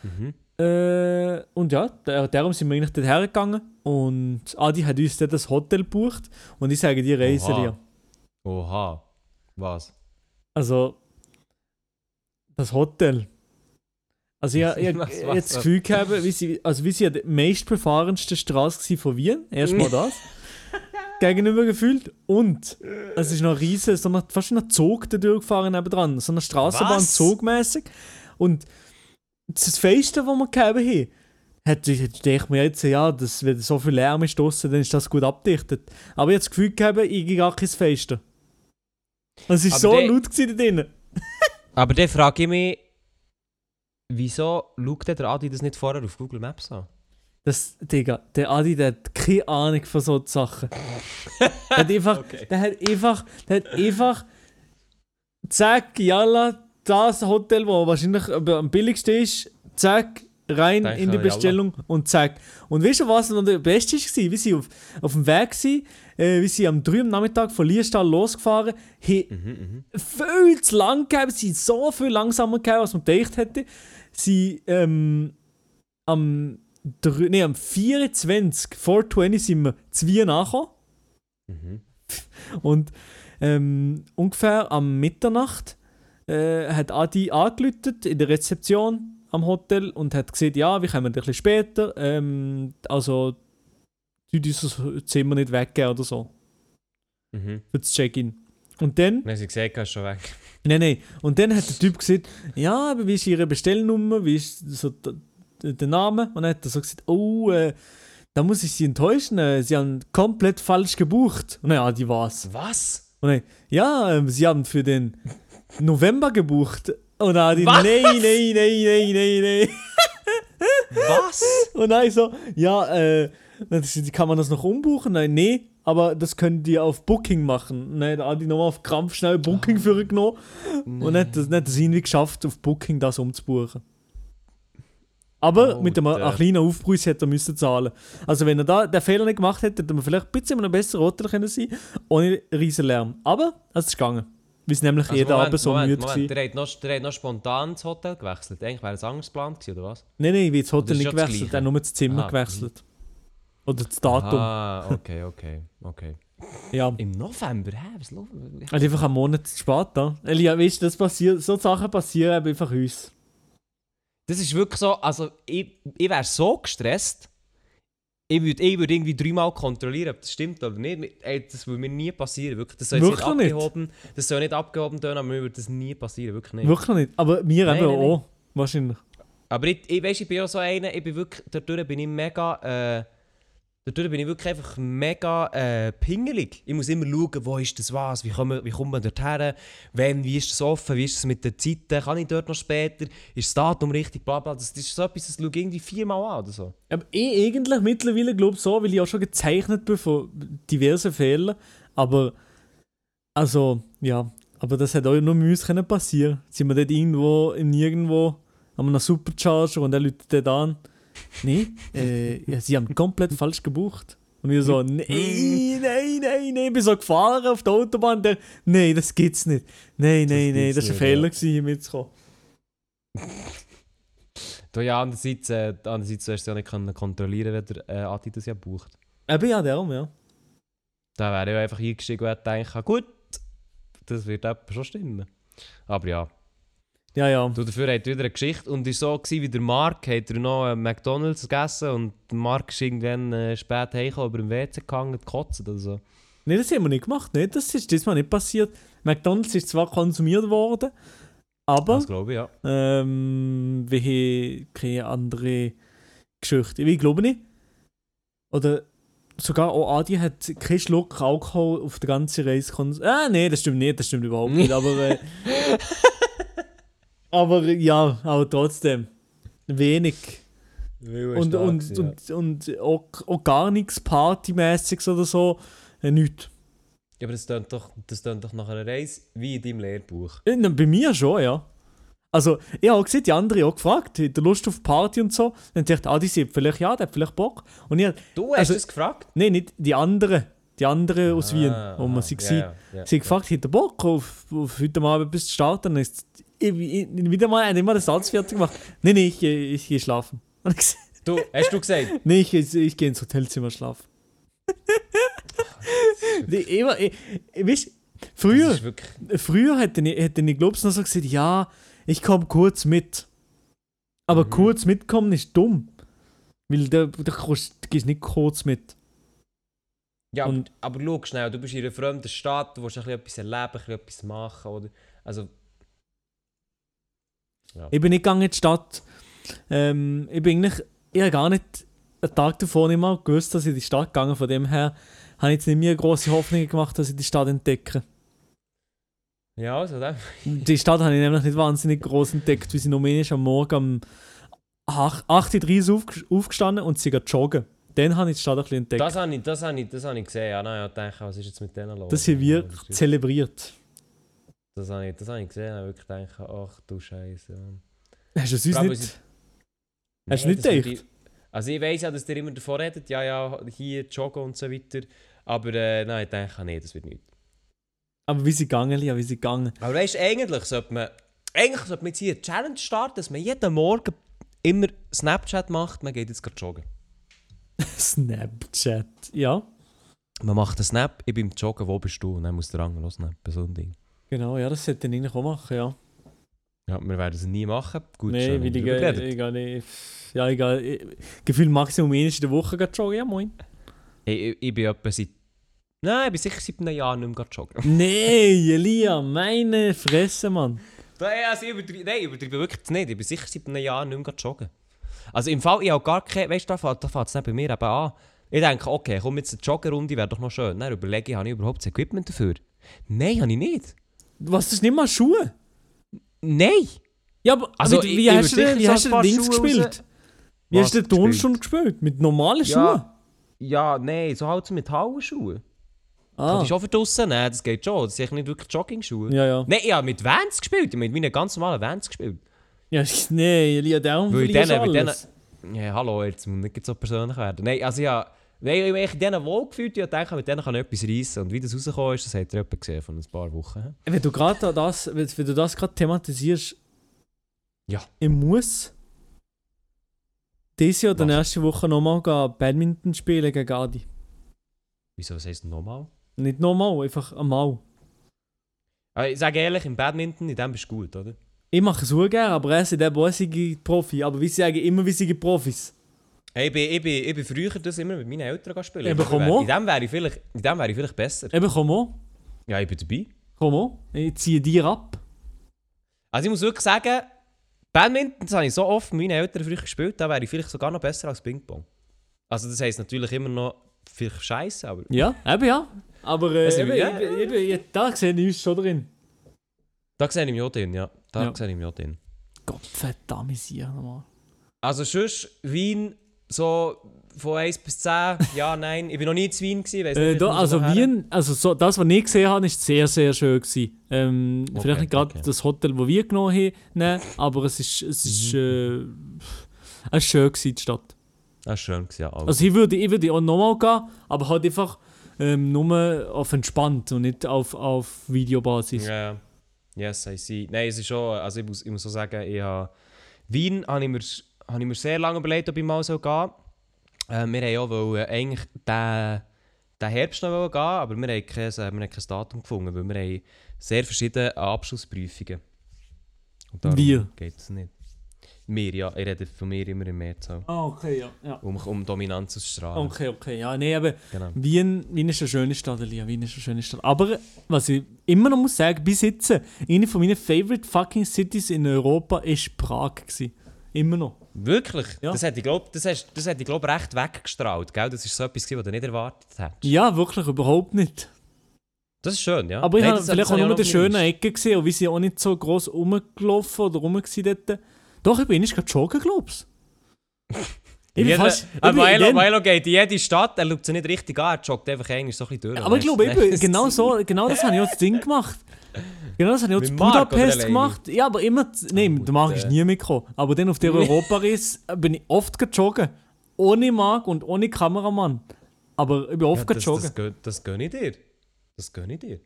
B: Mhm.
C: Äh, und ja, da- darum sind wir eigentlich dort hergegangen. Und Adi hat uns dort das Hotel gebucht. Und ich sage dir, reise
B: Oha.
C: dir.
B: Oha. Was?
C: Also, das Hotel. Also,
B: *laughs*
C: ich, ich,
B: Was-
C: ich
B: was-
C: jetzt das Gefühl gehabt, wie sie, also wie sie an der meistbefahrensten Straße war von Wien. Erstmal
B: *laughs*
C: das. Gegenüber gefühlt. Und es ist noch riesig, so noch, fast noch Zug da durchgefahren nebenan. So eine Straßenbahn
B: Was?
C: zugmäßig. Und das Feste, das wir gehabt haben, hat, ich denke mir jetzt, ja, das, wenn so viel Lärm ist draussen, dann ist das gut abdichtet. Aber ich habe das Gefühl gehabt, ich gehe gar kein Feste. Es war
B: Aber
C: so
B: der-
C: laut gewesen da drinnen.
B: Aber dann frage ich mich, wieso schaut der Adi das nicht vorher auf Google Maps an?
C: Das, Digga, der Adi, der hat keine Ahnung von solchen Sachen. der, hat einfach, der hat einfach, der hat einfach, zack, jalla, das Hotel, wo wahrscheinlich aber am billigsten ist, zack, rein
B: Denke
C: in die
B: an
C: Bestellung und zack. Und weißt du, was noch der Beste war? Wie sie auf, auf dem Weg waren, äh, wie sie am 3 am Nachmittag von Liestal losgefahren, haben
B: Mhm,
C: viel zu lang gegeben, sie sind so viel langsamer gegeben, als man gedacht hätte. Sie ähm, am, drü- nee, am 24, 420 sind wir zu Wien angekommen.
B: Mhm,
C: Und ähm, ungefähr am Mitternacht äh, hat Adi angelütet in der Rezeption am Hotel und hat gesagt, ja, wir kommen ein bisschen später, ähm, also du dieses Zimmer nicht weggeben oder so,
B: Mhm.
C: für das Check-in. Und dann
B: Dann haben sie gesagt, ist schon weg.
C: Nein, nein. Und dann hat der Typ gesagt, ja, aber wie ist Ihre Bestellnummer, wie ist so d- d- der Name? Und dann hat er so gesagt, oh, äh, da muss ich Sie enttäuschen, äh, Sie haben komplett falsch gebucht. Und ja, die war's.
B: Was?
C: Und dann, ja, ähm, Sie haben für den November gebucht. Und dann die,
B: Was?
C: nein, nein, nein, nein, nein, nein.
B: Was? *laughs* Also
C: Und dann ich so, ja, äh, dann hat er gesagt, kann man das noch umbuchen? Nein, nee, aber das können die auf Booking machen. Und dann hat Adi nochmal auf Krampf schnell
B: Ah.
C: Booking für genommen und hat das, hat das irgendwie geschafft, auf Booking das umzubuchen. Aber
B: Oh,
C: mit einem,
B: der-
C: einem kleinen Aufpreis hätte er müssen zahlen Also wenn er da den Fehler nicht gemacht hätte, hätte man vielleicht ein bisschen noch besser Rotter können sein ohne riesen Lärm. Aber es ist gegangen. Wir sind nämlich jeden Abend
B: Also
C: so
B: Moment,
C: müde
B: Moment,
C: gewesen.
B: der hat, noch, der hat noch spontan das Hotel gewechselt. Eigentlich wäre es anders geplant gewesen, oder was?
C: Nein, nein, wie das
B: Oder
C: Hotel
B: ist
C: nicht
B: ja das
C: gewechselt, er
B: Gleiche?
C: hat nur das Zimmer
B: Ah,
C: gewechselt. Oder das Datum.
B: Ah, okay, okay, okay.
C: Ja.
B: Im November, hä? Was läuft?
C: Er ist einfach einen Monat zu spät da. Elia, weißt du, das passiert, so Sachen passieren eben einfach uns.
B: Das ist wirklich so, also ich, ich wäre so gestresst, ich würde ich würd irgendwie dreimal kontrollieren, ob das stimmt oder nicht. Mir- Ey, das würde mir nie passieren, wirklich. Das soll jetzt nicht
C: Wirklich nicht?
B: abgehoben, das soll nicht abgehoben werden, aber mir würde das nie passieren, wirklich nicht.
C: Wirklich nicht. Aber wir
B: Nein,
C: eben
B: nein, nein.
C: auch. Wahrscheinlich.
B: Aber ich, ich weiss, ich bin auch so einer, ich bin wirklich, dadurch bin ich mega, äh, dadurch bin ich wirklich einfach mega äh, pingelig. Ich muss immer schauen, wo ist das was, wie kommt man, wie kommt man dorthin, wem, wie ist das offen, wie ist es mit den Zeiten, kann ich dort noch später, ist das Datum richtig, bla bla. Das, das ist so etwas, das schaue ich irgendwie viermal an oder so.
C: Aber ich eigentlich mittlerweile glaube so, weil ich auch schon gezeichnet bin von diversen Fehlern. Aber, also, ja. Aber das hätte auch nur mit uns können passieren Sind wir dort irgendwo, im Nirgendwo, haben wir einen Supercharger und der läutet dort an. Nein, äh, ja, sie haben komplett falsch gebucht. Und wir so,
B: Hm.
C: nein, nein, nein, nein, ich bin so gefahren auf der Autobahn. Der, nein, das geht's nicht. Nein, nein, nein,
B: gibt's
C: das war ein
B: nicht,
C: Fehler,
B: ja.
C: gewesen, um hier mitzukommen.
B: Du ja, andererseits, äh, andererseits hast du ja nicht können kontrollieren wenn der äh, Adi das ja bucht.
C: Eben ja, darum, ja.
B: Da wäre ich einfach eingestiegen und hätte gedacht, gut, das wird etwa schon stimmen. Aber ja.
C: Ja, ja.
B: Du, dafür hat wieder eine Geschichte und ist so gewesen, wie der Mark, hat er noch äh, McDonalds gegessen und der Mark ist irgendwann äh, spät heimgekommen, aber im WC gehangen, gekotzt oder so.
C: Nein, das haben wir nicht gemacht. Nein, das ist diesmal nicht passiert. McDonalds ist zwar konsumiert worden, aber
B: Das glaube ich, ja.
C: ähm, wir haben keine andere Geschichte. Ich glaube nicht. Oder sogar auch Adi hat keinen Schluck Alkohol auf der ganzen Reise konsumiert. Ah, nein, das stimmt nicht, das stimmt überhaupt nicht. Aber, äh, aber ja, aber trotzdem. Wenig. Und, und, und, und auch, auch gar nichts Partymäßiges oder so. Äh, nichts.
B: Ja, aber das klingt, doch, das klingt doch nach einer Reise wie in deinem Lehrbuch.
C: Ja, Äh, na, Bei mir schon, ja. Also, ich habe gesehen, die anderen haben auch gefragt, hat er Lust auf Party und so. Dann dachte ich, ah, die sind vielleicht ja, der hat vielleicht Bock. Und ich,
B: Du hast
C: Also-
B: es gefragt?
C: nein, nicht die anderen, die anderen aus Wien, wo wir sie waren.
B: Ah, ja, ja, ja.
C: Sie haben gefragt, hat er Bock auf, auf heute Abend bis zu starten? Und ist, ich, ich, wieder mal, hat immer den Satz fertig gemacht. Nein, nein, ich, ich, ich gehe schlafen. *laughs* Und ich gesagt,
B: Du, hast du gesagt?
C: nein, ich, ich, ich gehe ins Hotelzimmer schlafen.
B: Ah,
C: *laughs* Die- immer, ich, ich, weißt, früher.
B: Das ist wirklich...
C: Früher hätte ich, hätte ich glaube noch so gesagt, ja, ich komme kurz mit. Aber kurz mitkommen ist dumm. Weil da, da, kommst- du gehst nicht kurz mit.
B: Ja,
C: Und-
B: aber, aber schau schnell, du bist in einer fremden Stadt, du willst ein bisschen etwas erleben, ein bisschen etwas machen, oder? Also,
C: Ich bin nicht gegangen in die Stadt. Ähm, ich bin eigentlich, ich habe gar nicht einen Tag davor nicht mal gewusst, dass ich in die Stadt gegangen Von dem her habe ich jetzt nicht mehr große Hoffnungen gemacht, dass ich die Stadt entdecke.
B: ja, also, dann.
C: Die Stadt habe ich nämlich nicht wahnsinnig groß entdeckt, weil sie nur ist am Morgen um ach- 8.30 Uhr aufg- aufgestanden und sie geht joggen. Dann habe ich die Stadt ein bisschen entdeckt.
B: Das habe ich, das habe ich, das habe ich gesehen. Ja, nein, ich dachte, was ist jetzt mit denen los?
C: Das haben wir
B: Oh, Das ist-
C: zelebriert.
B: Das habe ich, das habe ich gesehen. Ich habe wirklich gedacht, ach du Scheiße. Mann.
C: Hast du es uns
B: Aber
C: nicht?
B: es-
C: Hast du nicht
B: das würde
C: gedacht?
B: ich- Also ich weiß ja, dass ihr immer davon redet, ja, ja, hier joggen und so weiter. Aber äh, nein, ich denke, nee, das wird nichts.
C: Aber wie sie gegangen, ja, wie sie gegangen. *laughs*
B: Aber weißt du, eigentlich sollte man, eigentlich sollte man jetzt hier eine Challenge starten, dass man jeden Morgen immer Snapchat macht, man geht jetzt gerade joggen.
C: Snapchat, ja.
B: Man macht einen Snap, ich bin im Joggen, wo bist du? Und dann muss der andere noch snappen, so ein Ding.
C: Genau, ja, das hätte ich eigentlich auch machen, ja.
B: Ja, wir werden es nie machen. Gut,
C: Nein,
B: schön,
C: weil
B: haben wir
C: ich,
B: drüber
C: äh,
B: geredet.
C: ich, gar nicht. Ja, egal. Gefühl Maximum eines in der Woche geht joggen,
B: *laughs*
C: ja moin.
B: Ich, ich, ich bin etwa seit. Nein, ich bin sicher seit einem Jahr nicht mehr gerade joggen.
C: Nein, Elia, meine Fresse, Mann.
B: Nein, also ich übertreibe, nein, ich übertreibe wirklich jetzt nicht. Ich bin sicher seit einem Jahr nicht mehr gerade joggen. Also im Fall, ich habe gar keine. Weißt du, da fängt da fängt's dann bei mir eben an. Ich denke, okay, komm jetzt eine Joggerrunde, wäre doch noch schön. Dann überlege ich, habe ich überhaupt das Equipment dafür? Nein, habe ich nicht.
C: Was, das ist nicht mal Schuhe?
B: Nein!
C: Ja, aber
B: Also,
C: mit,
B: ich-
C: wie
B: ich
C: hast du
B: würde
C: denn- wie
B: sicher
C: hast
B: so
C: du
B: ein
C: den
B: paar
C: Dings
B: Schuhe raus-
C: gespielt? Wie hast du
B: Was
C: den Tonstunde gespielt? Mit normalen Schuhen?
B: Ja, nein, so halt so mit Hauenschuhen. Kann
C: Ah,
B: ich schon für draussen nehmen, das geht schon. Das sind nicht wirklich Jogging-Schuhe.
C: ja, ja.
B: Nein, ich habe mit Vans gespielt. Ich habe mit meinen ganz normalen Vans gespielt.
C: Ja, *laughs* ich- nee, Elia, darum
B: Weil in
C: verlierst
B: denen- bei
C: alles.
B: Ja, hallo, jetzt muss nicht so persönlich werden. Nein, also ja, nein, ich habe mich in denen wohlgefühlt. Ich habe gedacht, mit denen kann ich etwas reissen. Und wie das rausgekommen ist, das hat jemand gesehen von ein paar Wochen.
C: Wenn du gerade das, wenn, wenn du das gerade thematisierst,
B: Ja.
C: ich muss diese oder
B: Was?
C: nächste Woche nochmal gehen Badminton spielen gegen Adi.
B: Wieso, was heisst nochmal?
C: Nicht nochmal, einfach einmal.
B: Aber ich sage ehrlich, im Badminton, in dem bist du gut, oder?
C: Ich mache es auch gerne, aber er sind eben auch riesige Profi. Aber wir sagen immer riesige Profis.
B: Hey, ich, bin, ich, bin, ich bin früher das dus immer mit meinen Eltern gegangen spielen.
C: Ja, aber
B: In
C: komm
B: dem wär-
C: auch.
B: in dem wäre ich, vielleicht- in dem wäre ich vielleicht besser.
C: Eben, komm auch.
B: Ja, ich bin dabei.
C: Komm auch. Ich ziehe dir ab.
B: Also ich muss wirklich sagen, Badminton das habe ich so oft mit meinen Eltern früher gespielt, da wäre ich vielleicht sogar noch besser als Ping-Pong. Also das heisst natürlich immer noch vielleicht scheiße, aber...
C: Ja, eben ja. Aber äh,
B: Also,
C: eben,
B: ja.
C: eben, eben, eben, da sehe ich uns schon drin.
B: Da sehe ich mich auch drin, ja. Da
C: Ja.
B: sehe ich mich auch drin.
C: Gott verdammt, hier nochmal.
B: Also sonst, Wien, so von 1 bis 10, ja, nein. Ich bin noch nie zu Wien gewesen, weiss
C: Äh,
B: nicht,
C: da,
B: ich muss
C: also
B: noch her.
C: Wien, also so, das, was ich gesehen habe, ist sehr, sehr schön gewesen. Ähm,
B: Okay,
C: vielleicht nicht gerade
B: okay.
C: das Hotel, das wir genommen haben, nehmen, aber es ist, es ist, äh,
B: Mhm.
C: es ist schön gewesen, die Stadt.
B: Das ist schön, gewesen, ja. Also,
C: Also ich würde, ich würde auch nochmal gehen, aber halt einfach ähm, nur auf entspannt und nicht auf, auf Videobasis.
B: Ja, ja. yes, I see. Nein, es ist schon, also ich muss, ich muss so sagen, ich habe Wien habe ich, mir, habe ich mir sehr lange überlegt, ob ich mal so gehen äh, Wir haben auch wollen, eigentlich den, den Herbst noch wollen gehen, aber wir haben, kein, wir haben kein Datum gefunden, weil wir haben sehr verschiedene Abschlussprüfungen. Und darum
C: Wir.
B: geht es nicht. Wir, ja. Ich rede von mir immer in Mehrzahl.
C: Ah, okay, ja. ja.
B: Um, um Dominanz zu strahlen.
C: Okay, okay, ja, nee, aber
B: Genau.
C: Wien, Wien ist eine schöne Stadt, Elia, Wien ist eine schöne Stadt. Aber was ich immer noch muss sagen, bis jetzt, eine von meinen favorite fucking cities in Europa ist Prag gewesen. Immer noch.
B: Wirklich?
C: Ja.
B: Das hätte ich, glaube das hast- das hätte ich glaub, recht weggestrahlt. Gell? Das ist so etwas, gewesen, was du nicht erwartet hättest.
C: Ja, wirklich, überhaupt nicht.
B: Das ist schön, ja.
C: Aber ich
B: Nein,
C: habe
B: das-
C: vielleicht
B: das
C: auch
B: ich
C: nur mit
B: noch
C: der schönen
B: nicht.
C: Ecke gesehen und wir sind auch nicht so gross rumgelaufen oder rum gewesen dort. Doch, ich bin nicht gerade
B: *laughs*
C: joggen, glaubst du?
B: Jeder- Ah,
C: fast- ich
B: Aber
C: bin
B: Milo,
C: dann-
B: Milo geht in jede Stadt, er schaut sie nicht richtig an, er joggt einfach einmal so ein bisschen durch.
C: Aber ich glaube,
B: Weißt du?
C: eben, genau, so, genau das habe ich auch das Ding gemacht. Genau das habe ich auch
B: Mit
C: zu
B: Marc oder
C: Budapest
B: alleine?
C: gemacht. Ja, aber immer. zu- Nein,
B: gut,
C: der Marc ist
B: äh.
C: nie mitgekommen. Aber dann auf
B: *laughs*
C: der Europareise bin ich oft gejoggt. Ohne Marc und ohne Kameramann. Aber ich bin oft
B: das,
C: gejoggt.
B: das, gö- das gönne ich dir. Das gönne ich dir.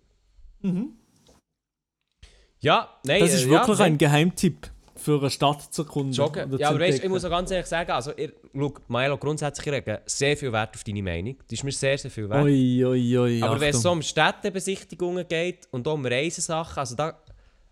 B: Ja, nein.
C: Mhm. Das ist
B: äh,
C: wirklich
B: ja,
C: ein Geheimtipp für eine Stadt zu erkunden.
B: Joggen.
C: oder
B: Ja,
C: zu
B: aber weißt, ich
C: entdecken.
B: muss auch ganz ehrlich sagen, also, ihr, schau, Milo, grundsätzlich ich lege sehr viel Wert auf deine Meinung. Die ist mir sehr, sehr viel wert.
C: Ui, ui, ui,
B: aber wenn es
C: Achtung.
B: so um Städtebesichtigungen geht und auch um Reisesachen, also da,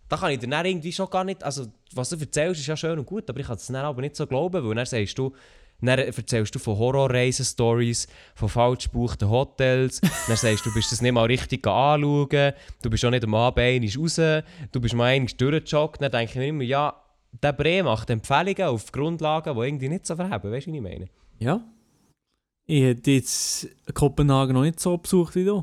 B: da kann ich dir dann irgendwie schon gar nicht, also was du erzählst, ist ja schön und gut, aber ich kann es dann aber nicht so glauben, weil dann sagst du, dann erzählst du von Horrorreisen-Stories, von falsch gebuchten
C: *laughs*
B: Hotels, dann sagst du, du bist das nicht mal richtig anschauen, du bist auch nicht am Abend einmal raus, du bist mal einmal durchgejoggt, dann denke ich mir immer, ja, der Bre macht Empfehlungen auf Grundlagen, die irgendwie nicht so verheben, weißt du, was ich meine?
C: Ja. Ich hätte jetzt Kopenhagen noch nicht so besucht wie du.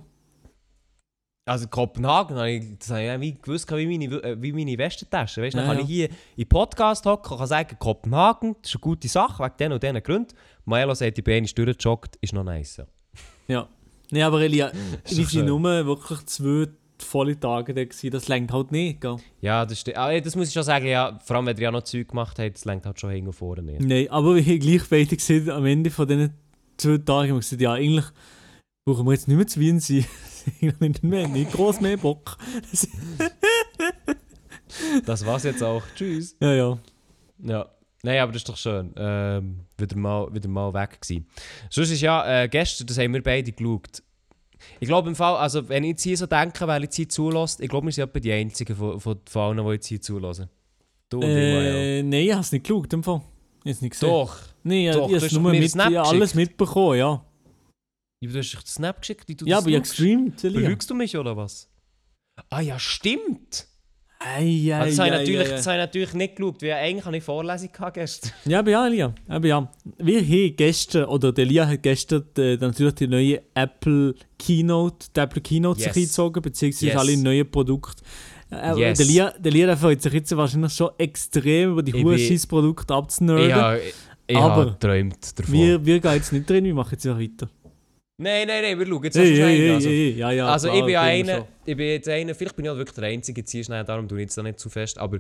B: Also Kopenhagen, habe ich, das habe ich auch wie gewusst, wie meine, äh, wie meine Westentasche. Weißt, dann
C: Ja,
B: kann
C: ja.
B: ich hier in Podcast hocken und kann sagen, Kopenhagen, das ist eine gute Sache, wegen diesen und diesen Gründen. Maelo sagt, ich bin einmal durchgejoggt, ist noch nice. Ja.
C: Ja. Nee, aber Elia,
B: doch
C: wir
B: schön.
C: sind nur wirklich zwei volle Tage da gewesen. Das längt halt nicht, gell?
B: Ja, das stimmt. Aber das muss ich schon sagen, ja, vor allem, wenn ihr ja noch Zeug gemacht habt, das lenkt halt schon hinten und vorne *laughs* nicht.
C: Nein, aber wir haben *laughs* gleich beide gesehen, am Ende von diesen zwei Tagen haben wir gesagt, ja, eigentlich brauchen wir jetzt nicht mehr zu Wien sein. *laughs* nicht mehr, nicht groß mehr Bock.
B: Das war's jetzt auch. Tschüss.
C: Ja, ja.
B: Ja. Nein, aber das ist doch schön. Ähm, wieder, mal, wieder mal weg gewesen. Sonst ist ja, äh, gestern, das haben wir beide geschaut. Ich glaube im Fall, also wenn ich jetzt hier so denke, weil ich jetzt hier zulässt, ich glaube, wir sind etwa die Einzigen von, von, von allen, die jetzt hier zulassen. Du und ich, Mario.
C: Äh, nein, ich habe es nicht geschaut, im Fall. Ich habe es nicht gesehen.
B: Doch.
C: Nein, ich, ich
B: doch,
C: habe
B: du hast
C: es nur
B: mir
C: mit, ich
B: Snap
C: habe alles mitbekommen, ja.
B: Ja, aber Du hast dich den Snap geschickt, wie du
C: Ja,
B: das
C: aber ich habe
B: schaust.
C: gestreamt, Elia.
B: Belügst du mich oder was? Ah ja, stimmt.
C: Ei, ei,
B: Also, das, habe ich
C: ei,
B: natürlich,
C: ei, ei.
B: das habe ich natürlich nicht geschaut, weil eigentlich habe ich Vorlesung gehabt gestern.
C: Ja, aber ja, Elia. Aber ja. Wir haben gestern, oder der Elia hat gestern äh, dann natürlich die neue Apple Keynote, die Apple Keynote
B: Yes.
C: sich eingezogen, beziehungsweise
B: Yes.
C: alle neuen Produkte. Äh,
B: Yes.
C: Der Elia, der Elia freut sich jetzt wahrscheinlich schon extrem über die
B: Ich
C: hohen
B: bin-
C: Scheiss-Produkte abzunörden.
B: Ich habe, ich
C: Aber
B: habe geträumt davon.
C: wir, wir gehen jetzt nicht drin, wir machen jetzt ja weiter.
B: Nein, nein, nein, wir schauen jetzt
C: Hey,
B: erst
C: hey,
B: einen,
C: hey,
B: also.
C: hey, ja, ja,
B: also
C: klar,
B: ich bin ja
C: kriegen wir
B: einer, ich bin jetzt einer, vielleicht bin ich auch wirklich der Einzige jetzt hier, schnell, darum tue ich jetzt da nicht zu fest, aber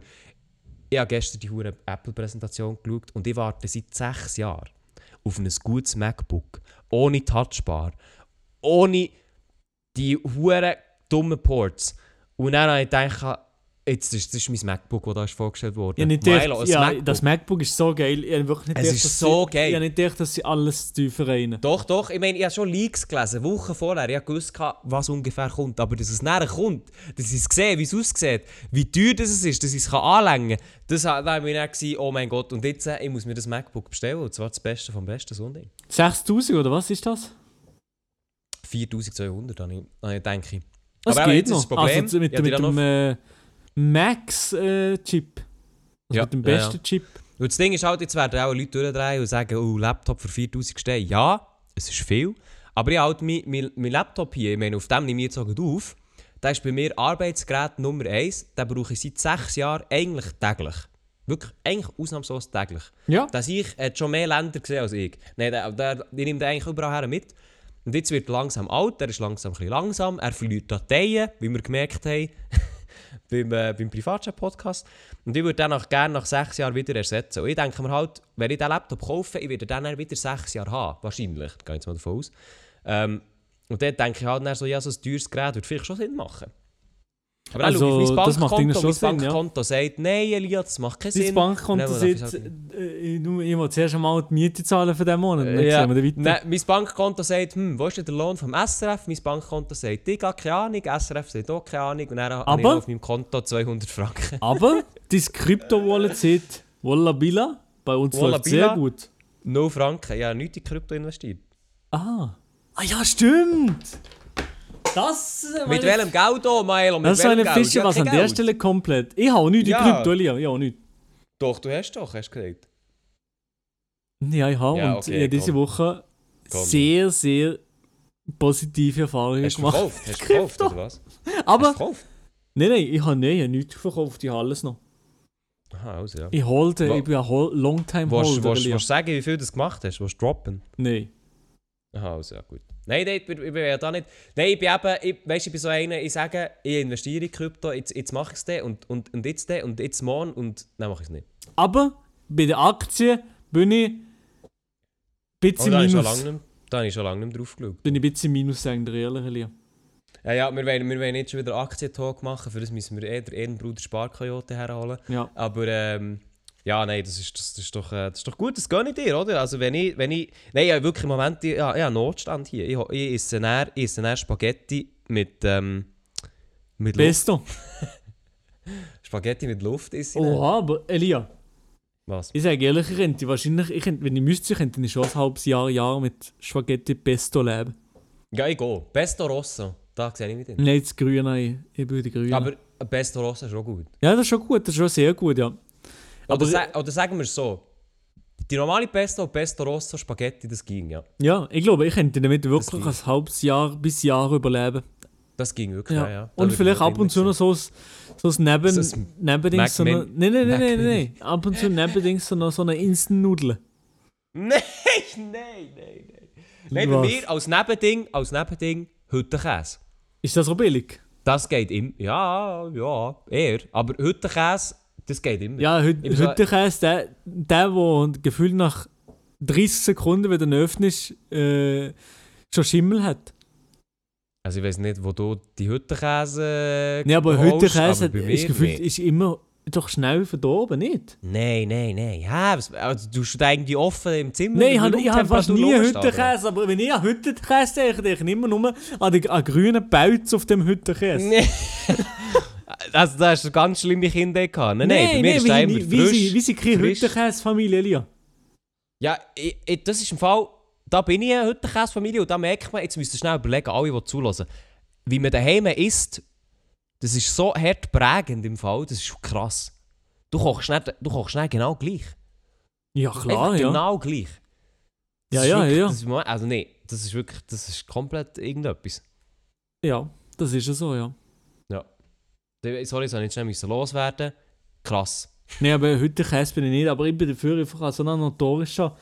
B: ich habe gestern die hure Apple-Präsentation geschaut und ich warte seit sechs Jahren auf ein gutes MacBook, ohne Touchbar, ohne die hure dummen Ports. Und dann habe ich gedacht, jetzt ist, das ist mein MacBook, das da ist vorgestellt worden.
C: Ja, nicht
B: Milo,
C: gedacht,
B: ein
C: ja,
B: MacBook.
C: das MacBook ist so geil. Ich hab wirklich nicht
B: Es
C: gedacht,
B: ist
C: dass
B: so
C: sie,
B: geil.
C: Ich hab nicht gedacht, dass sie alles tiefer rein.
B: Doch, doch. Ich meine, ich habe schon Leaks gelesen, Wochen vorher. Ich habe gewusst, was ungefähr kommt. Aber dass es näher kommt, dass ich es sehe, wie es aussieht, wie teuer das es ist, dass ich es kann anlängen kann, das war da war ich dann gewesen, oh mein Gott. Und jetzt, äh, ich muss mir das MacBook bestellen. Und zwar das Beste vom Besten, so ein Ding.
C: 6000 oder was ist das?
B: 4200, habe ich, habe ich denke ich.
C: Das
B: Aber eben,
C: geht
B: jetzt ist
C: noch.
B: das Problem,
C: also mit,
B: ja, die
C: mit
B: dann
C: dem äh, Max-Chip. also
B: Ja,
C: mit dem
B: ja, ja.
C: besten Chip.
B: Und das Ding ist halt, jetzt werden auch Leute durchdrehen und sagen, oh, Laptop für 4000 Steine. Ja, es ist viel. Aber ich habe halt mein, mein, mein Laptop hier, ich meine, auf dem nehme ich jetzt auch gerade auf. Der ist bei mir Arbeitsgerät Nummer 1. Den brauche ich seit 6 Jahren eigentlich täglich. Wirklich, eigentlich ausnahmslos täglich.
C: Ja.
B: Dass ich hat schon mehr Länder gesehen als ich. Nein, der, der, ich nehme den eigentlich überall her mit. Und jetzt wird er langsam alt, er ist langsam ein bisschen langsam, er verliert Dateien, wie wir gemerkt haben beim, äh, beim Privatchat-Podcast. Und ich würde den auch gerne nach sechs Jahren wieder ersetzen. Und ich denke mir halt, wenn ich den Laptop kaufe, ich werde den dann wieder sechs Jahre haben. Wahrscheinlich, gehe ich jetzt mal davon aus. Ähm, und dort denke ich halt dann so, ja, so ein teures Gerät würde vielleicht schon Sinn machen. Aber
C: Also,
B: dann schaue ich auf mein
C: das macht
B: Bankkonto,
C: eigentlich schon
B: mein
C: Sinn, ja.
B: Bankkonto sagt, nein, Elias, das macht keinen
C: Dein
B: Sinn.
C: Bankkonto
B: Nein,
C: sieht,
B: das ist
C: äh, ich muss ich muss zuerst einmal die Miete zahlen für diesen Monat. Dann
B: Äh, Ja.
C: sehen wir dann weiter.
B: Nein, mein Bankkonto sagt, hm, wo ist denn der Lohn vom SRF? Mein Bankkonto sagt, ich habe keine Ahnung, SRF sagt auch keine Ahnung. Und dann habe ich
C: Aber-
B: auf meinem Konto 200 Franken.
C: Aber dein Krypto-Wallet sieht Wallabilla. Bei uns läuft
B: Wallabilla.
C: sehr gut.
B: 0 Franken. Ja, nichts in Krypto investiert.
C: Ah. Ah ja, stimmt. Das äh,
B: Mit
C: meine-
B: welchem Geld hier, Milo? Mit
C: Das ist eine
B: welchem Geld?
C: Fische,
B: Ja,
C: was
B: kein
C: an der
B: Geld.
C: Stelle komplett. Ich habe nichts in
B: Ja.
C: Krypto, Lia. Ich habe nichts.
B: Doch, du hast doch, hast du gesagt.
C: Ja, ich habe.
B: Ja,
C: und
B: okay,
C: ich habe diese
B: komm.
C: Woche
B: Komm.
C: sehr, sehr positive Erfahrungen
B: Hast du
C: gemacht.
B: verkauft? Hast du verkauft, oder was? Hast du
C: Aber,
B: verkauft?
C: nein, nein, ich habe, nein, ich habe nichts verkauft. Ich habe alles noch.
B: Aha, also ja.
C: Ich halte,
B: Wa-
C: ich bin ein Hol-
B: Willst
C: Longtime-Holder.
B: willst-
C: Lia.
B: willst du sagen, wie viel du das gemacht hast? Willst du droppen?
C: Nein.
B: Aha, also ja, gut. Nein, nein, ich bin, ich bin ja da nicht. Nein, ich bin eben, ich, weißt, ich bin so einer, ich sage, ich investiere in Krypto, jetzt, jetzt mache ich es dann und, und, und jetzt dann und jetzt morgen und dann mache ich es nicht.
C: Aber bei der Aktie bin ich ein
B: Und
C: bisschen
B: Oh, da habe ich schon lange
C: minus.
B: nicht mehr- da habe ich schon lange nicht mehr drauf geschaut.
C: Bin ich ein bisschen minus, sagen der ehrliche Lia.
B: Ja, ja, wir wollen, wir wollen jetzt schon wieder Aktientalk machen, für das müssen wir eh den Ehrenbruder Sparkoyote herholen.
C: Ja.
B: Aber ähm, ja, nein, das ist, das, das ist doch, äh, das ist doch gut, das gönne ich dir, oder? Also wenn ich, wenn ich, nein, ja, wirklich im Moment, ich, ja, ich habe Notstand hier. Ich, ho- ich esse näher, ich esse näher Spaghetti mit, ähm, mit Luft. *laughs*
C: Besto.
B: Spaghetti mit Luft esse ich näher.
C: Oha, aber Elia,
B: Was?
C: ich sage ehrlich, ich könnte wahrscheinlich, ich könnte, wenn ich müsste, könnte ich schon ein halbes Jahr, Jahr mit Spaghetti Pesto leben.
B: Ja, ich gehe. Pesto Rosso, da sehe ich mich dann.
C: Nein, das Grüne, ich, ich bin die Grüne.
B: Aber Pesto Rosso ist auch gut.
C: ja, das ist schon gut, das ist schon sehr gut, ja.
B: Oder,
C: Aber-
B: sa oder sagen wir es so, die normale Pesto, Pesto Rosso, Spaghetti, das ging, ja.
C: Ja, ich glaube, ich könnte damit wirklich
B: geht.
C: ein halbes Jahr bis Jahr überleben.
B: Das ging wirklich, ja,
C: Ja.
B: ja. Da
C: und
B: würde ich
C: vielleicht
B: noch
C: ab und zu
B: drin
C: noch so ein, so ein Neben,
B: So ein
C: Nebending, so eine,
B: Mac-Min-
C: nein, nein, nein, nein,
B: Mac-Minis.
C: nein, ab und zu Nebending, so eine, so eine Instant-Nudel.
B: *laughs* Nein, nein, nein, nein. Nein, bei
C: Was?
B: mir als Nebending, als Nebending Hüttenkäse.
C: Ist das so billig?
B: Das geht immer. Ja, ja, eher. Aber Hüttenkäse, das geht immer.
C: Ja, Hü
B: Ich bin so-
C: Hüttenkäse, der, der, der gefühlt nach 30 Sekunden, wenn du ihn öffnest, äh, schon Schimmel hat.
B: Also ich weiß nicht, wo du die eh, Hüttenkäse
C: Nein, aber
B: holst,
C: Hüttenkäse hat-
B: aber bei
C: ist
B: mir
C: gefühlt
B: nicht.
C: ist immer doch schnell verdorben, nicht?
B: Nein, nein, nein. Ja, eh, was, also, du hast irgendwie offen im Zimmer.
C: Nein, ich
B: bei
C: habe ich hab fast nie
B: Raumtemperatur logisch, aber-
C: Hüttenkäse, aber wenn ich an Hüttenkäse denke, denke ich immer nur an den an grünen Pelz auf dem Hüttenkäse.
B: Nee. *laughs* Also da hast du ganz schlimme Kinder gehabt. Nein, nein, bei mir ist
C: wie,
B: der immer
C: sie- wie, sie,
B: frisch,
C: wie sie keine
B: frisch.
C: Hüttenkäse-Familie, Lia.
B: Ja, ich, ich, das ist im Fall, da bin ich eine Hüttenkäsefamilie und da merkt man, jetzt müsst ihr schnell überlegen, alle, die zulassen, wie man daheim isst, das ist so hart prägend im Fall, das ist krass. Du kochst nicht, du kochst nicht genau gleich.
C: Ja, klar,
B: Einfach
C: ja.
B: Genau gleich.
C: Ja,
B: ist
C: ja,
B: wirklich,
C: ja.
B: Das ist, mal- also nee, das ist wirklich, das ist komplett irgendetwas.
C: Ja, das ist ja so, ja.
B: Sorry, das habe ich jetzt schnell müssen loswerden. Krass.
C: Nein, aber Hüttenkäse bin ich nicht, aber ich bin eh, dafür einfach so ein notorischer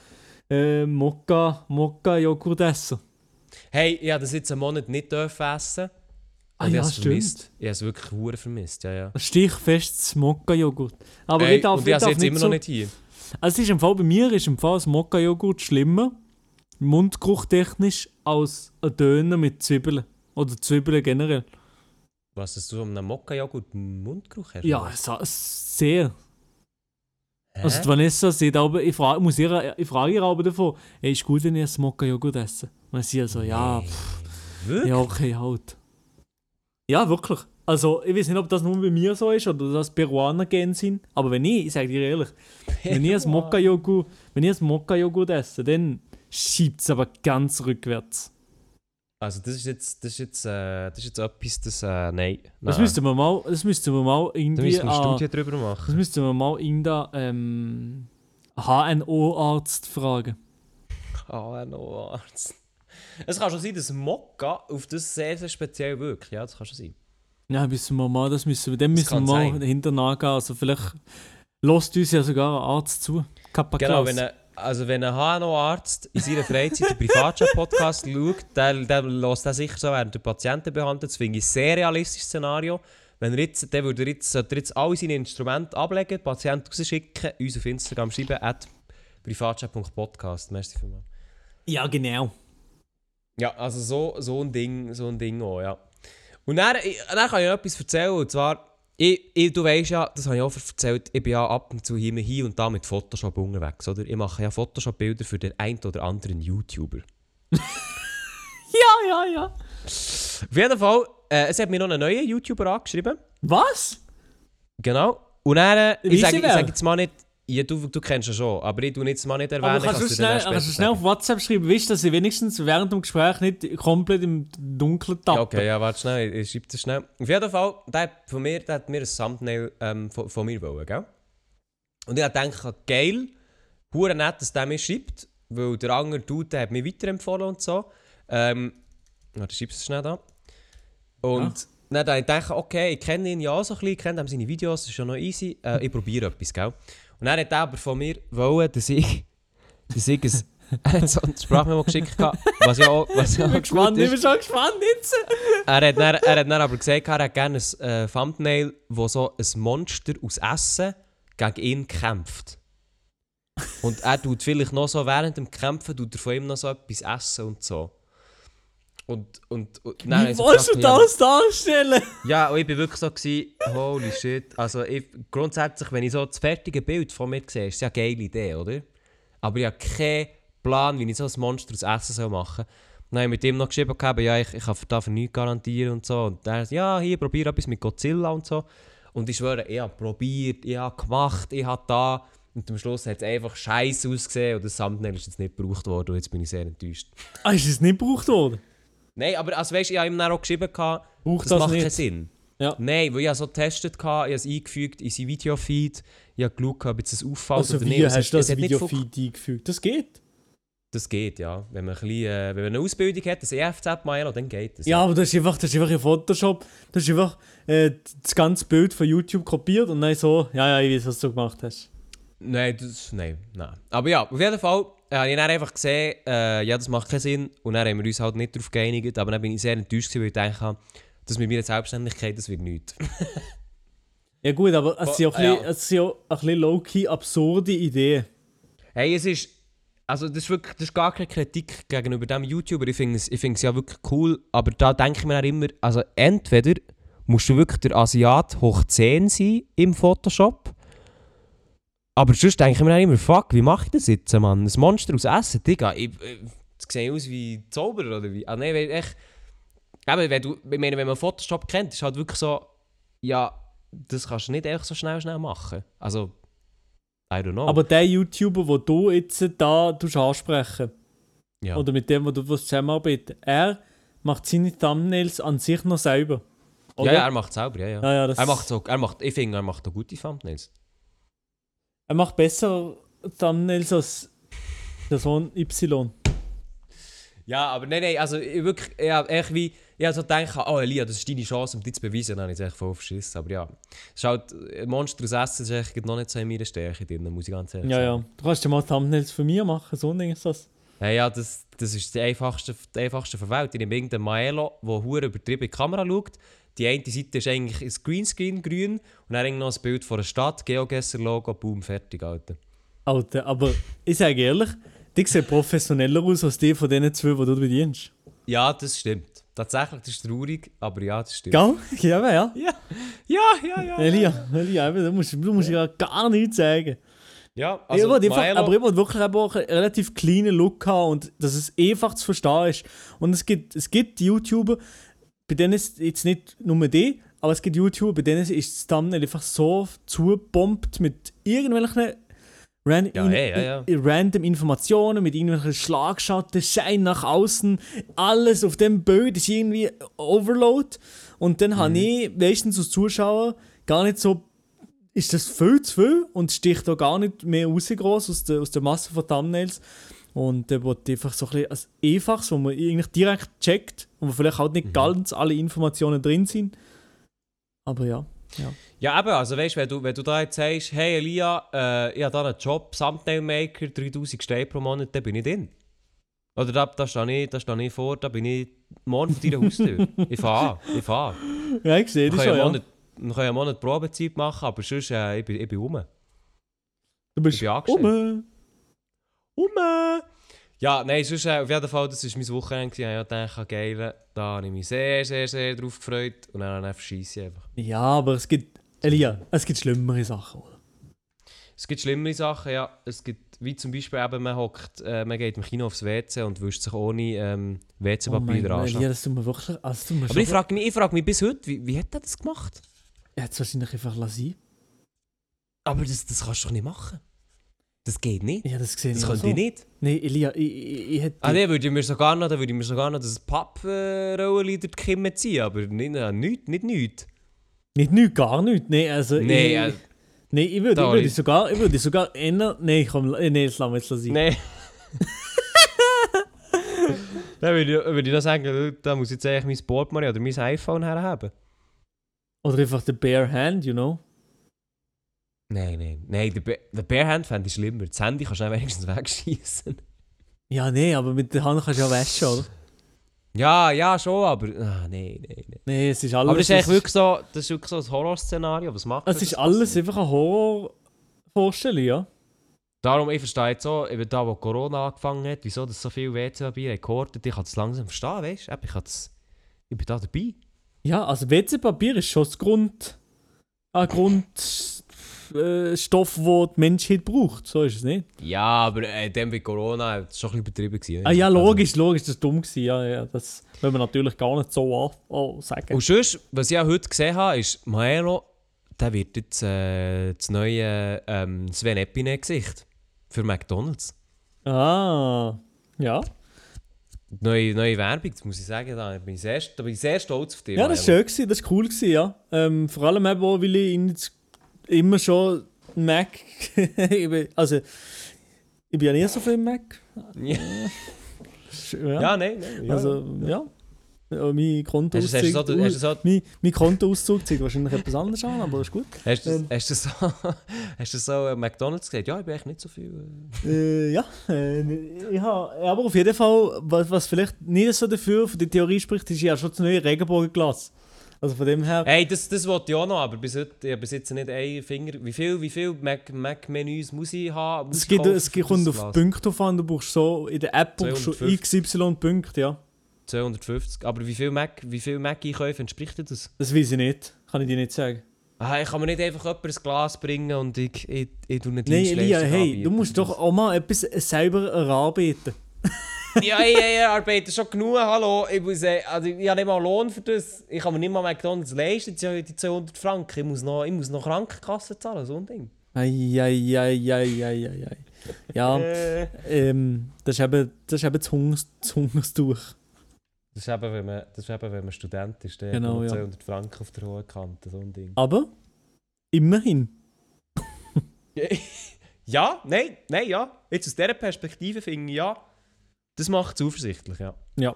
C: äh, Mokka-Joghurtesser.
B: Hey, ich habe das jetzt einen Monat nicht dürfen essen.
C: Ah
B: Und ich
C: ja,
B: hab's
C: stimmt.
B: vermisst. Ich habe es wirklich hure vermisst, ja, ja.
C: Stichfestes Mokka-Joghurt. Aber
B: Ey,
C: ich darf,
B: und ich habe es
C: darf
B: jetzt immer
C: so,
B: noch nicht hier.
C: Also es ist im Fall, bei mir ist im Fall das Mokka-Joghurt schlimmer, mundgeruchtechnisch, als ein Döner mit Zwiebeln. Oder Zwiebeln generell.
B: Was, um dass du an einem Mokka-Joghurt Mundgeruch hast?
C: Ja, es- es- sehr.
B: Hä?
C: Also die Vanessa sagt aber, ich frage, muss ihre, ich frage ihr aber davon, ey, ist gut, wenn ich ein Mokka-Joghurt esse? Und sie so, ja, pff,
B: Wirklich?
C: ja, okay, halt. Ja, wirklich. Also, ich weiß nicht, ob das nur bei mir so ist oder das Peruaner Gen sind, aber wenn ich, ich sage dir ehrlich, wenn ich ein Mokka-Joghurt, wenn ich ein Mokka-Joghurt esse, dann schiebt es aber ganz rückwärts.
B: Also das ist jetzt, das ist jetzt, äh, das ist jetzt etwas, das, äh, nein.
C: Das
B: Nein.
C: müssten wir mal, das müssten wir mal
B: Da
C: irgendwie
B: müssen wir eine
C: an,
B: Studie drüber
C: das
B: machen. *laughs*
C: müssten wir mal irgendeinen ähm, HNO-Arzt fragen.
B: Ah, no, Arzt. Es kann schon sein, dass Mokka auf das sehr, sehr speziell wirkt. Ja, das kann schon sein.
C: Ja, müssen wir mal, das müssen wir, dem
B: Das
C: müssen wir
B: kann
C: mal
B: sein.
C: dahinter nachgehen. Also vielleicht lässt uns ja sogar ein Arzt zu. Kappa-Klaus.
B: Genau, wenn ein, also wenn ein HNO-Arzt in seiner Freizeit den Privatchat-Podcast schaut, dann, dann lässt er sicher so während der Patienten behandelt. Das finde ich ein sehr realistisches Szenario. Wenn er jetzt, dann würde er jetzt, sollte er jetzt alle seine Instrumente ablegen, den Patienten rausschicken, uns auf Instagram schreiben, at privatchat.podcast. Merci vielmals.
C: Ja, genau.
B: Ja, also so, so ein Ding, so ein Ding auch, ja. Und dann, ich- dann kann ich noch etwas erzählen, und zwar, ich, ich, du weißt ja, das habe ich auch erzählt, ich bin ja ab und zu hier, hier und da mit Photoshop unterwegs, oder? Ich mache ja Photoshop-Bilder für den einen oder anderen YouTuber.
C: Ja, ja, ja.
B: Auf jeden Fall, äh, es hat mir noch einen neuen YouTuber angeschrieben,
C: Was?
B: genau. Und dann, äh,
C: Weiss
B: ich sage
C: ich
B: ich
C: wer?
B: sag jetzt mal nicht, ja, du, du kennst ihn schon, aber ich tu ihn jetzt mal nicht erwähnen.
C: Aber kannst du
B: kann's dir
C: schnell,
B: dann auch
C: kannst du
B: später
C: schnell
B: sagen.
C: auf WhatsApp schreiben, weißt du, dass ich wenigstens während dem Gespräch nicht komplett im Dunkeln tappe?
B: Ja, okay, ja, warte schnell, ich, ich schreibe das schnell. Auf jeden Fall, der hat von mir, der hat mir ein Thumbnail ähm, von, von mir wollen, gell? Und ich dachte, geil, hure nett, dass der mir schreibt, weil der andere Dude der hat mich weiterempfohlen und so. Ähm, warte, ich schreibe es schnell da. Und dann dann dachte ich, okay, ich kenne ihn ja auch so ein bisschen, ich kenne seine Videos, das ist ja noch easy, äh, ich probiere etwas, gell? Und dann hat er aber von mir wollen, dass ich, dass ich *laughs* ein, er hat so eine Sprachmemo geschickt, gehabt, was ja auch, was ja
C: Ich bin
B: auch
C: gespannt,
B: gut ist.
C: ich bin schon gespannt jetzt.
B: *laughs* Er hat, dann, er hat dann aber gesagt, er hat gerne ein äh, Thumbnail, wo so ein Monster aus Essen gegen ihn kämpft. Und er tut vielleicht noch so während dem Kämpfen, tut er von ihm noch so etwas essen und so. Und, und, und dann habe
C: Wie
B: ich so
C: willst du
B: gefragt, ja,
C: das darstellen?
B: ja, und ich war wirklich so, gewesen, holy shit. Also ich, grundsätzlich, wenn ich so das fertige Bild von mir sehe, ist es ja eine geile Idee, oder? Aber ich habe keinen Plan, wie ich so ein Monster aus Essen soll machen soll. Dann habe ich mit ihm noch geschrieben, gehabt, ja, ich, ich kann für dafür nichts garantieren und so. Und er so, ja, hier, probier etwas mit Godzilla und so. Und ich schwöre, ich habe probiert, ich habe gemacht, ich habe da. Und am Schluss hat es einfach scheiße ausgesehen und das Thumbnail ist jetzt nicht gebraucht worden und jetzt bin ich sehr enttäuscht.
C: Ah, ist es nicht gebraucht worden?
B: Nein, aber also weißt, ich habe ihm dann auch geschrieben, gehabt,
C: Braucht
B: das,
C: das
B: macht
C: nicht.
B: keinen Sinn.
C: Ja.
B: Nein, weil ich habe so getestet, gehabt, ich habe es eingefügt in seinen Videofeed, ich habe geschaut, ob jetzt es auffällt
C: Also,
B: oder
C: wie
B: nicht. Es
C: hast
B: hat-
C: du
B: es
C: das
B: hat nicht fun-
C: Videofeed eingefügt? Das geht.
B: Das geht, ja. Wenn man, ein bisschen, äh, wenn man eine Ausbildung hat, das EFZ-Mail, dann geht das.
C: Ja, aber das ist einfach, das ist einfach in Photoshop. Das ist einfach äh, das ganze Bild von YouTube kopiert und dann so, ja, ja, ich weiß, was du gemacht hast.
B: Nein, das, nein, nein. Aber ja, auf jeden Fall äh, habe ich dann einfach gesehen, äh, ja, das macht keinen Sinn. Und dann haben wir uns halt nicht darauf geeinigt. Aber dann bin ich sehr enttäuscht, gewesen, weil ich gedacht habe, das mit meiner Selbstständigkeit, das wird nichts.
C: Ja gut, aber es sind auch ein
B: Ja.
C: bisschen- es sind auch ein bisschen low-key absurde Ideen.
B: Hey, es ist. Also, das ist wirklich das ist gar keine Kritik gegenüber dem YouTuber. Ich finde es ich find's ja wirklich cool, aber da denke ich mir auch immer, also entweder musst du wirklich der Asiat hoch 10 sein im Photoshop. Aber sonst denke ich mir auch immer, fuck, wie macht das jetzt, Mann? Ein Monster aus Essen, Digga. Ich, ich, das sieht aus wie Zauberer oder wie. Ah, nein, weil echt. Aber wenn, du, ich meine, wenn man Photoshop kennt, ist halt wirklich so, ja, das kannst du nicht einfach so schnell, schnell machen. Also, I don't know.
C: Aber der YouTuber, den du jetzt da tust ansprechen
B: ja.
C: oder mit dem, wo du willst zusammenarbeiten er macht seine Thumbnails an sich noch selber.
B: Ja,
C: Oder?
B: ja, er macht selber, ja, ja.
C: Oh, Ja, ja, das-
B: er macht so, er macht, ich finde, er macht auch gute Thumbnails.
C: Er macht besser Thumbnails als Person Y.
B: Ja, aber nein, nein, also ich wirklich, ja, echt wie, ich hab so gedacht, oh Elia, das ist deine Chance, um dich zu beweisen, dann habe ich es echt voll verschissen, aber ja. Es ist halt, äh, Monster aus Essen ist echt noch nicht so in meiner Stärke drin, muss ich ganz ehrlich
C: Ja,
B: sagen.
C: ja. Du kannst ja mal Thumbnails für mich machen, so ein Ding ist das.
B: Hey, ja, das, das ist die einfachste, die einfachste von Welt. Ich nehme irgendeinen Maelo, der hure übertrieben in die Kamera schaut. Die eine Seite ist eigentlich ein Greenscreen grün und dann irgend noch ein Bild von der Stadt, Geogesser-Logo, boom, fertig, Alter.
C: Alter, aber ich sage ehrlich, die sehen professioneller aus als die von diesen zwei, die du bedienst.
B: Ja, das stimmt. Tatsächlich, das ist traurig, aber ja, das stimmt.
C: Gell? *laughs* Ja, aber ja.
B: Ja, ja, ja, ja.
C: Elia, Elia, eben, du musst, du musst ja gar nichts sagen.
B: Ja,
C: Also,
B: also
C: einfach,
B: Maelo,
C: aber ich wollte wirklich eben auch einen relativ cleanen Look haben und dass es einfach zu verstehen ist. Und es gibt, es gibt YouTuber, bei denen ist jetzt nicht nur die, aber es gibt YouTuber, bei denen ist das Thumbnail einfach so zugebombt mit irgendwelchen ran
B: Ja,
C: in,
B: hey, ja, ja.
C: in- random Informationen, mit irgendwelchen Schlagschatten, Schein nach außen. Alles auf dem Bild ist irgendwie Overload. Und dann
B: Mhm.
C: habe ich meistens als Zuschauer gar nicht so ist das viel zu viel und sticht auch gar nicht mehr raus gross aus der, aus der Masse von Thumbnails. Und dann wollte ich einfach so ein bisschen als einfaches, wo man eigentlich direkt checkt und wo vielleicht halt nicht
B: Mhm.
C: ganz alle Informationen drin sind. Aber ja.
B: Ja, eben, also weißt wenn du, wenn du da jetzt sagst, hey Elia, äh, ich habe da einen Job, Thumbnail-Maker, 3000 Steine pro Monat, dann bin ich drin. Oder da, da stehe ich, da stehe ich vor, da bin ich morgen vor deiner
C: *laughs*
B: Haustür. ich fahre an, ich fahre an.
C: Ja, ich sehe
B: Wir
C: das
B: können einen
C: schon, ja.
B: Monat, wir können einen Monat Probezeit machen, aber sonst, äh, ich, bin, ich bin rum.
C: Du bist
B: Ich bin angestellt.
C: um.
B: Rum! Ja, nein, sonst, äh, auf jeden Fall, das war mein Wochenende, gewesen. ich dachte, ah, geil, da habe ich mich sehr, sehr, sehr drauf gefreut und dann, dann verscheisse ich einfach.
C: Ja, aber es gibt, Elia, es gibt schlimmere Sachen. Oh oder?
B: Es gibt schlimmere Sachen, ja. Es gibt, wie zum Beispiel eben, man hockt, äh, man geht im Kino aufs WC und wischt sich ohne ähm,
C: Oh mein
B: WC-Papier
C: Gott,
B: dran.
C: Elia, das tut mir wirklich, also das tut mir
B: Aber
C: schon,
B: ich frage mich, ich frag mich bis heute, wie, wie hat er das gemacht?
C: er hat es wahrscheinlich einfach lassen.
B: Aber das, das kannst du doch nicht machen. Das geht nicht.
C: Ja, das gesehen
B: Das
C: ich
B: könnte
C: so.
B: ich nicht.
C: Nein, Elia, ich, ich, ich hätte...
B: Ah, nee, würde ich mir sogar noch, dann würde ich mir sogar noch das Papprollen durch die Kimme ziehen, aber nicht, äh, nicht, nicht nichts.
C: Nicht nichts, gar nichts. Nein, also...
B: Nee, äh,
C: ich, Nein, ich würde,
B: Da
C: ich
B: war
C: würde
B: ich-
C: sogar, ich würde sogar ändern. Nein, komm, äh, nein, das lassen wir jetzt sein.
B: nee. *laughs* dann würde ich, würde ich noch sagen, äh, da muss ich jetzt eigentlich mein Portemonnaie oder mein iPhone herhaben.
C: Oder einfach the bare hand, you know.
B: Nein, nein. Nein, der, Ba- der Barehand fände ich schlimmer. Das Handy kannst du dann wenigstens *laughs* wegschießen.
C: Ja, nee, aber mit der Hand kannst du ja waschen, oder?
B: *laughs* Ja, ja, schon, aber. Ah, nein, nein, nein.
C: Nee, es ist alles...
B: Aber das ist
C: es
B: eigentlich wirklich so, das ist wirklich so ein Horrorszenario. Was macht
C: Es
B: das?
C: ist alles einfach eine Horrorvorstellung, ja.
B: Darum, ich verstehe jetzt so, eben da, wo Corona angefangen hat, wieso das so viel WC-Papier gehortet, ich kann das langsam verstehen, weißt du? Eben, Ich, kann das- ich bin da dabei.
C: Ja, also WC-Papier ist schon das Grund... Ein Grundstoff, äh, Stoff, wo die Menschheit braucht. So ist es nicht.
B: Ja, aber äh, dann bei Corona war es schon ein bisschen übertrieben. Gewesen,
C: Ah ja,
B: Also-
C: logisch, logisch, das war dumm gewesen. Ja, ja, das will man natürlich gar nicht so an, oh, sagen.
B: Und sonst, was ich auch heute gesehen habe, ist, Maelo, der wird jetzt äh, das neue ähm, Sven Epine-Gesicht für McDonalds.
C: Ah, ja.
B: Die Neue, neue Werbung, das muss ich sagen, da bin ich sehr, da bin ich sehr stolz auf dich.
C: Ja, das war
B: Maelo.
C: schön, gewesen, das war cool, gewesen, ja. Ähm, vor allem eben auch, weil ich ihn jetzt immer schon Mac. *laughs* ich bin, also, ich bin ja nie so viel Mac.
B: Ja,
C: Ja,
B: ja nein, nein. Ja.
C: also, ja. ja.
B: hast,
C: Mein
B: du, hast, du
C: Kontoauszug.
B: so, hast, du so,
C: mein, mein Kontoauszug zieht wahrscheinlich etwas anderes an, aber ist gut.
B: hast, du,
C: Ähm.
B: hast du so, *laughs* hast du so äh, McDonalds gesagt? Ja, ich bin echt nicht so viel.
C: Äh, ja, äh, ich hab, aber auf jeden Fall, was, was vielleicht nicht so dafür für die Theorie spricht, ist ja schon das neue Regenbogenglas. Also von dem her.
B: Äh. Hey, das, das wollte ich auch noch, aber bis heute, ich habe bis jetzt nicht einen Finger. Wie viel, wie viel Mac- Mac-Menüs muss ich haben? muss
C: Es,
B: ich
C: geht,
B: kaufen
C: es
B: für
C: kommt
B: das
C: auf
B: Glas?
C: die Punkte drauf an, du brauchst so, in der App brauchst du
B: 250.
C: XY Punkte, ja.
B: 250. Aber wie viel Mac, wie viel Mac-Einkäufe entspricht dir das?
C: Das weiß ich nicht, kann ich dir nicht sagen.
B: Ah, ich kann mir nicht einfach jemand ein Glas bringen und ich, ich, ich tue eine
C: Nein,
B: Dienstleistung
C: Elia, hey,
B: anbieten.
C: du musst doch auch mal etwas selber erarbeiten.
B: *laughs* Ja, ich, ich arbeite schon genug, hallo. Ich, muss, äh, also, ich habe nicht mal Lohn für das. Ich kann mir nicht mal McDonalds leisten, die die 200 Franken. Ich muss noch, ich muss noch Krankenkasse zahlen, so ein Ding.
C: Eieieiei. *laughs* Ja,
B: Äh,
C: ähm, das ist eben das, ist eben das, Hungers, das Hungerstuch.
B: das, ist eben, wenn man, das ist eben, wenn man Student ist, dann
C: Genau,
B: hat man
C: ja.
B: 200 Franken auf der hohen Kante, so ein Ding.
C: Aber immerhin.
B: Ja, nein, nein, ja. Jetzt aus dieser Perspektive finde ich, ja, das macht zuversichtlich, ja.
C: Ja.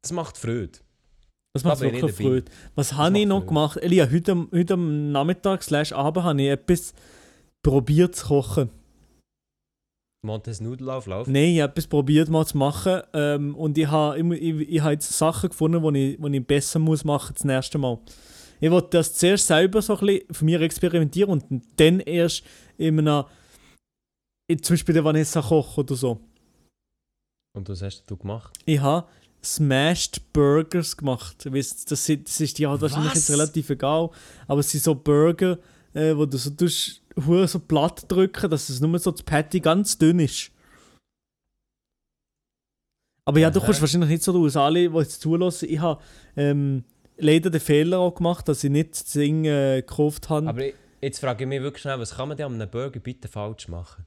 B: Das macht Freude.
C: Das macht
B: Da bin ich
C: wirklich
B: dabei.
C: Freude. Was
B: Das
C: habe ich
B: macht
C: noch
B: Freude.
C: gemacht? Elia, heute, am- heute am Nachmittag slash Abend habe ich etwas probiert zu kochen.
B: Montes Nudelauflauf?
C: Nein, ich habe etwas probiert mal zu machen ähm, und ich habe, immer- ich, ich habe jetzt Sachen gefunden, die ich, die ich besser muss machen das nächste Mal. Ich wollte das zuerst selber so ein bisschen von mir experimentieren und dann erst in einer, in- zum Beispiel der Vanessa Koch oder so.
B: Und was hast du gemacht?
C: Ich habe Smashed Burgers gemacht. Weißt, das, sind, das ist dir halt wahrscheinlich
B: Was?
C: jetzt relativ egal, aber es sind so Burger, äh, wo du so, tust, hure so platt drücken, dass es nur so das Patty ganz dünn ist. Aber ja, du
B: Aha.
C: kommst wahrscheinlich nicht so raus. Alle, die jetzt zulassen, ich habe ähm, leider den Fehler auch gemacht, dass ich nicht das Ding äh, gekauft habe.
B: Aber ich, jetzt frage ich mich wirklich schnell, was kann man denn an einem Burger bitte falsch machen?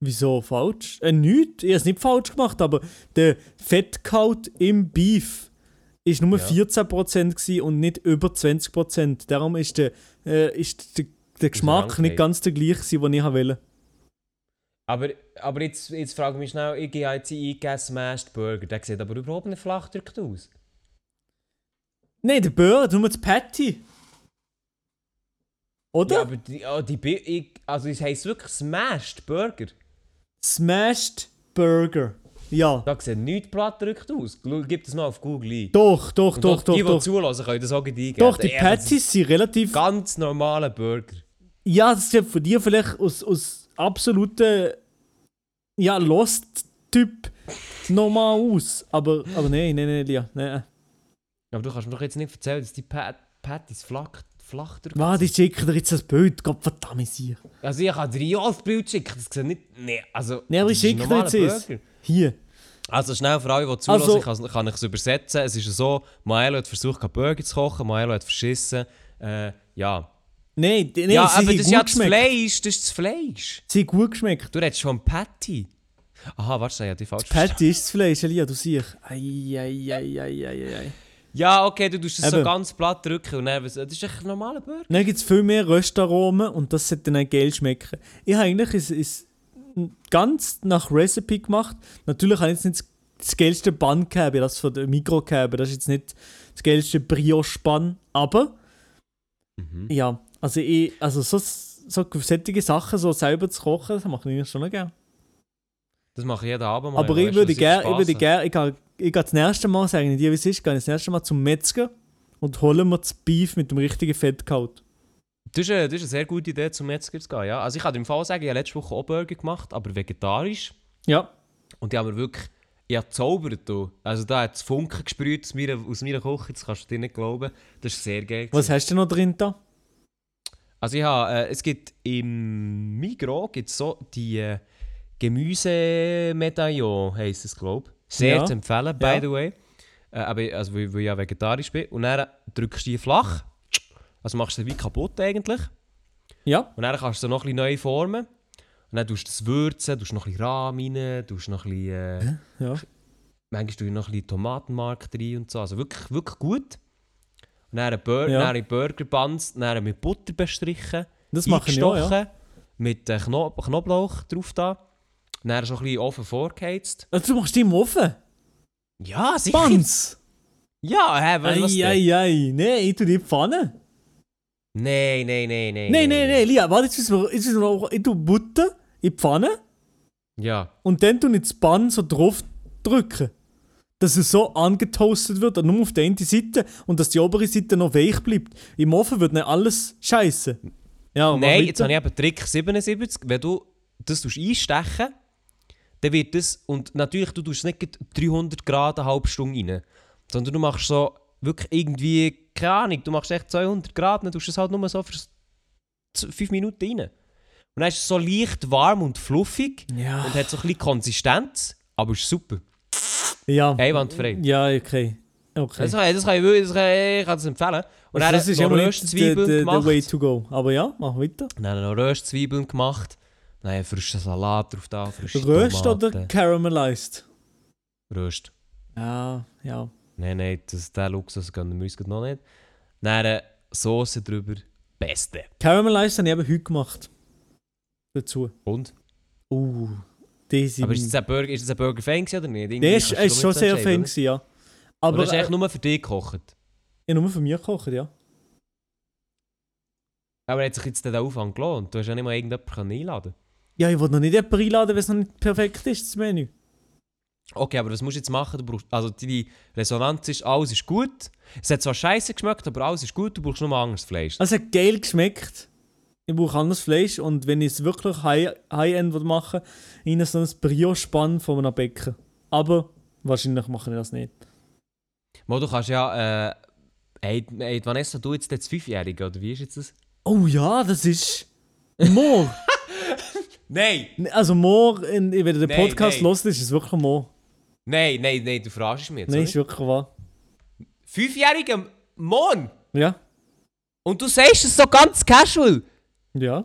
C: Wieso falsch? Äh, nichts. Ich habe es nicht falsch gemacht, aber der Fettgehalt im Beef ist nur
B: Ja.
C: 14% gewesen und nicht über 20%. Darum ist der, äh, ist der, der Geschmack
B: angefallen.
C: nicht ganz der gleiche, gewesen, den ich wollte.
B: Aber, aber jetzt, jetzt frage ich mich schnell, ich gehe jetzt in eingegeben Smashed Burger, der sieht aber überhaupt nicht flach gedrückt aus.
C: Nein, der Burger, nur das Patty. Oder?
B: Ja, aber die, oh, die Bi- ich, also es heisst wirklich Smashed Burger.
C: Smashed Burger. Ja.
B: Da sieht nichts platt gedrückt aus. Schau, Gib das mal auf Google ein.
C: Doch, doch,
B: Und
C: doch,
B: auch
C: doch,
B: die, die
C: doch.
B: zulassen, können das auch gleich eingeben.
C: Doch, die
B: Ja, das ist
C: Patties sind relativ
B: ein Ganz normaler Burger.
C: Ja, das ist ja von dir vielleicht aus, aus absoluten ja, Lost-Typ nochmal aus. Aber, aber nein, nein, nein, Lia. Nein.
B: Aber du kannst mir doch jetzt nicht erzählen, dass die Pat Patties flach, flach drücken.
C: Warte, ich schicke dir jetzt das Bild. Gott verdammt sie.
B: Also ich kann dir ja auch das Bild schicken, das sieht nicht... Nee, also...
C: Nein, aber ich
B: das ist ein
C: schicke dir
B: normaler
C: jetzt es.
B: Burger.
C: Hier.
B: Also schnell für alle, die zuhören,
C: Also-
B: ich kann, kann ich es übersetzen. Es ist so, Maelo hat versucht, keinen Burger zu kochen, Maelo hat verschissen. Äh, ja.
C: Nein, die- nein,
B: ja,
C: sie
B: aber
C: sind
B: das ist
C: gut
B: ja das
C: geschmeckt.
B: Fleisch, das ist das Fleisch.
C: Sie sind gut geschmeckt.
B: Du redest schon Patty. Aha, warte, ich habe dich falsch verstanden.
C: Patty ist das Fleisch, Lia, du siehst. Eieieiei.
B: Ja, okay, du tust es so
C: Eben.
B: ganz platt drücken und dann... Das ist echt ein normaler Burger.
C: Dann gibt es viel mehr Röstaromen und das sollte dann auch geil schmecken. Ich habe eigentlich ist, ist ganz nach Recipe gemacht. Natürlich habe ich jetzt nicht das- das geilste Bann gehabt, das von der Mikro gehabt. Das ist jetzt nicht das geilste Brioche-Bann, aber
B: Mhm.
C: ja, also, ich, also so, so solche Sachen so selber zu kochen, das mache ich schon noch gerne.
B: Das mache ich jeden Abend mal.
C: Aber
B: Oh weißt
C: ich
B: du,
C: würde
B: das ist
C: gerne, ich würde
B: Spaß.
C: gerne, ich gehe ich gehe das nächste Mal, sagen ich dir, wie es ist, gehe ich das nächste Mal zum Metzger und hole mir das Beef mit dem richtigen Fettgehalt.
B: Das ist, eine, das ist eine sehr gute Idee, zum Metzger zu gehen. Ja. Also ich kann dir im Fall sagen, ich habe letzte Woche auch Burger gemacht, aber vegetarisch.
C: Ja,
B: Und die haben mir wirklich ja, gezaubert. Du. Also da hat es Funken gesprüht aus meiner, aus meiner Küche, das kannst du dir nicht glauben. Das ist sehr geil.
C: was
B: gewesen.
C: hast du noch drin da?
B: Also ich habe, äh, es gibt im Migros gibt's so die äh, Gemüsemedaillon, heisst es glaube ich. Sehr
C: Ja.
B: zu empfehlen, by
C: Ja.
B: the way. Äh, aber ich- also, weil, weil ich ja vegetarisch bin. Und dann drückst du die flach. Also machst du sie wie kaputt eigentlich.
C: Ja.
B: Und dann kannst du noch ein bisschen neu formen. Und dann tust du das würzen, tust noch ein bisschen Rahm rein, tust noch ein bisschen, äh,
C: Ja.
B: manchmal tust du noch ein bisschen Tomatenmark rein und so. Also wirklich, wirklich gut. Und dann, Bur
C: Ja.
B: dann in Burger Buns, dann mit Butter bestrichen.
C: Das mache ich auch, ja.
B: eingestochen, Mit äh, Kno Knoblauch drauf da. Und dann so ein bisschen offen vorgeheizt.
C: Also, du machst die im Ofen?
B: Ja, sicher. *laughs*
C: Banz!
B: Ja, hä, was, was denn?
C: Eieiei, ei, nein, ich tue die Pfanne.
B: Nein, nein, nein, nein.
C: Nein, nein, nein, Lia, warte, jetzt müssen wir, jetzt müssen wir auch, ich tue Butter in die Pfanne
B: Ja.
C: und dann tue ich das Bann so drauf drücken. Dass es so angetoastet wird, nur auf der einen Seite und dass die obere Seite noch weich bleibt. Im Ofen wird dann alles scheiße. Ja,
B: Nein, jetzt habe ich eben Trick 77. Wenn du das tust einstechen dann wird das. Und natürlich, du tust es nicht gleich 300 Grad eine halbe Stunde rein. Sondern du machst so wirklich irgendwie, keine Ahnung, du machst echt 200 Grad, dann tust du es halt nur so für 5 Minuten rein. Und dann ist es so leicht warm und fluffig
C: Ja.
B: und hat so ein bisschen Konsistenz, aber ist super.
C: Ja.
B: Einwandfrei.
C: Ja, okay. Okay.
B: Das kann, das kann ich, wirklich- das kann, ich kann das empfehlen. Und
C: Also
B: dann
C: das ist
B: noch
C: immer nicht der,
B: Röstzwiebeln
C: der, der
B: gemacht.
C: Way to go. Aber ja, mach weiter.
B: Und dann noch Röstzwiebeln gemacht. Dann einen frischen Salat drauf da, frische
C: Röst
B: Tomaten.
C: oder caramelized?
B: Röst.
C: Ja, ja.
B: Nein, nein, das, der Luxus können wir uns gerade noch nicht. Dann äh, Soße drüber. Beste.
C: Caramelized habe ich eben heute gemacht. Dazu.
B: Und?
C: Uh, die sind...
B: Aber ist das ein Burger, ist das ein Burger Fan gewesen oder nicht? Irgendwie
C: der
B: kannst
C: ist, er
B: du
C: ist
B: doch
C: schon
B: nicht
C: sehr
B: entscheiden,
C: fan,
B: oder?
C: gewesen, ja.
B: Oder
C: Aber
B: ist
C: äh,
B: echt nur für dich gekocht?
C: ich nur für mich gekocht, ja.
B: Aber er hat sich jetzt den Aufwand gelohnt. Du hast ja nicht mal irgendjemanden können einladen
C: Ja, ich wollte noch nicht jemanden einladen, wenn es noch nicht perfekt ist, das Menü.
B: Okay, aber was musst du jetzt machen? Du brauchst, also deine Resonanz ist, alles ist gut. Es hat zwar scheiße geschmeckt, aber alles ist gut, du brauchst nur anderes Fleisch.
C: Also, Es hat geil geschmeckt. Ich brauche anderes Fleisch und wenn ich es wirklich High- High-End will machen will, rein so ein Brioche-Spann von einem Bäcker. Aber wahrscheinlich mache ich das nicht.
B: Mo, du kannst ja. Äh, hey, hey, Vanessa, du jetzt das Fünfjährige, oder wie ist jetzt das?
C: Oh ja, das ist... Moor!
B: *laughs* Nein!
C: also Moor, in, wenn du den
B: Nein,
C: Podcast
B: nein.
C: hörst, ist es wirklich Moor.
B: Nein, nein, nein, du verarschst mich
C: Nein, ist
B: jetzt. oder?
C: wirklich wahr.
B: Fünfjährige Mon!
C: Ja,
B: Und du sagst es so ganz casual!
C: ja.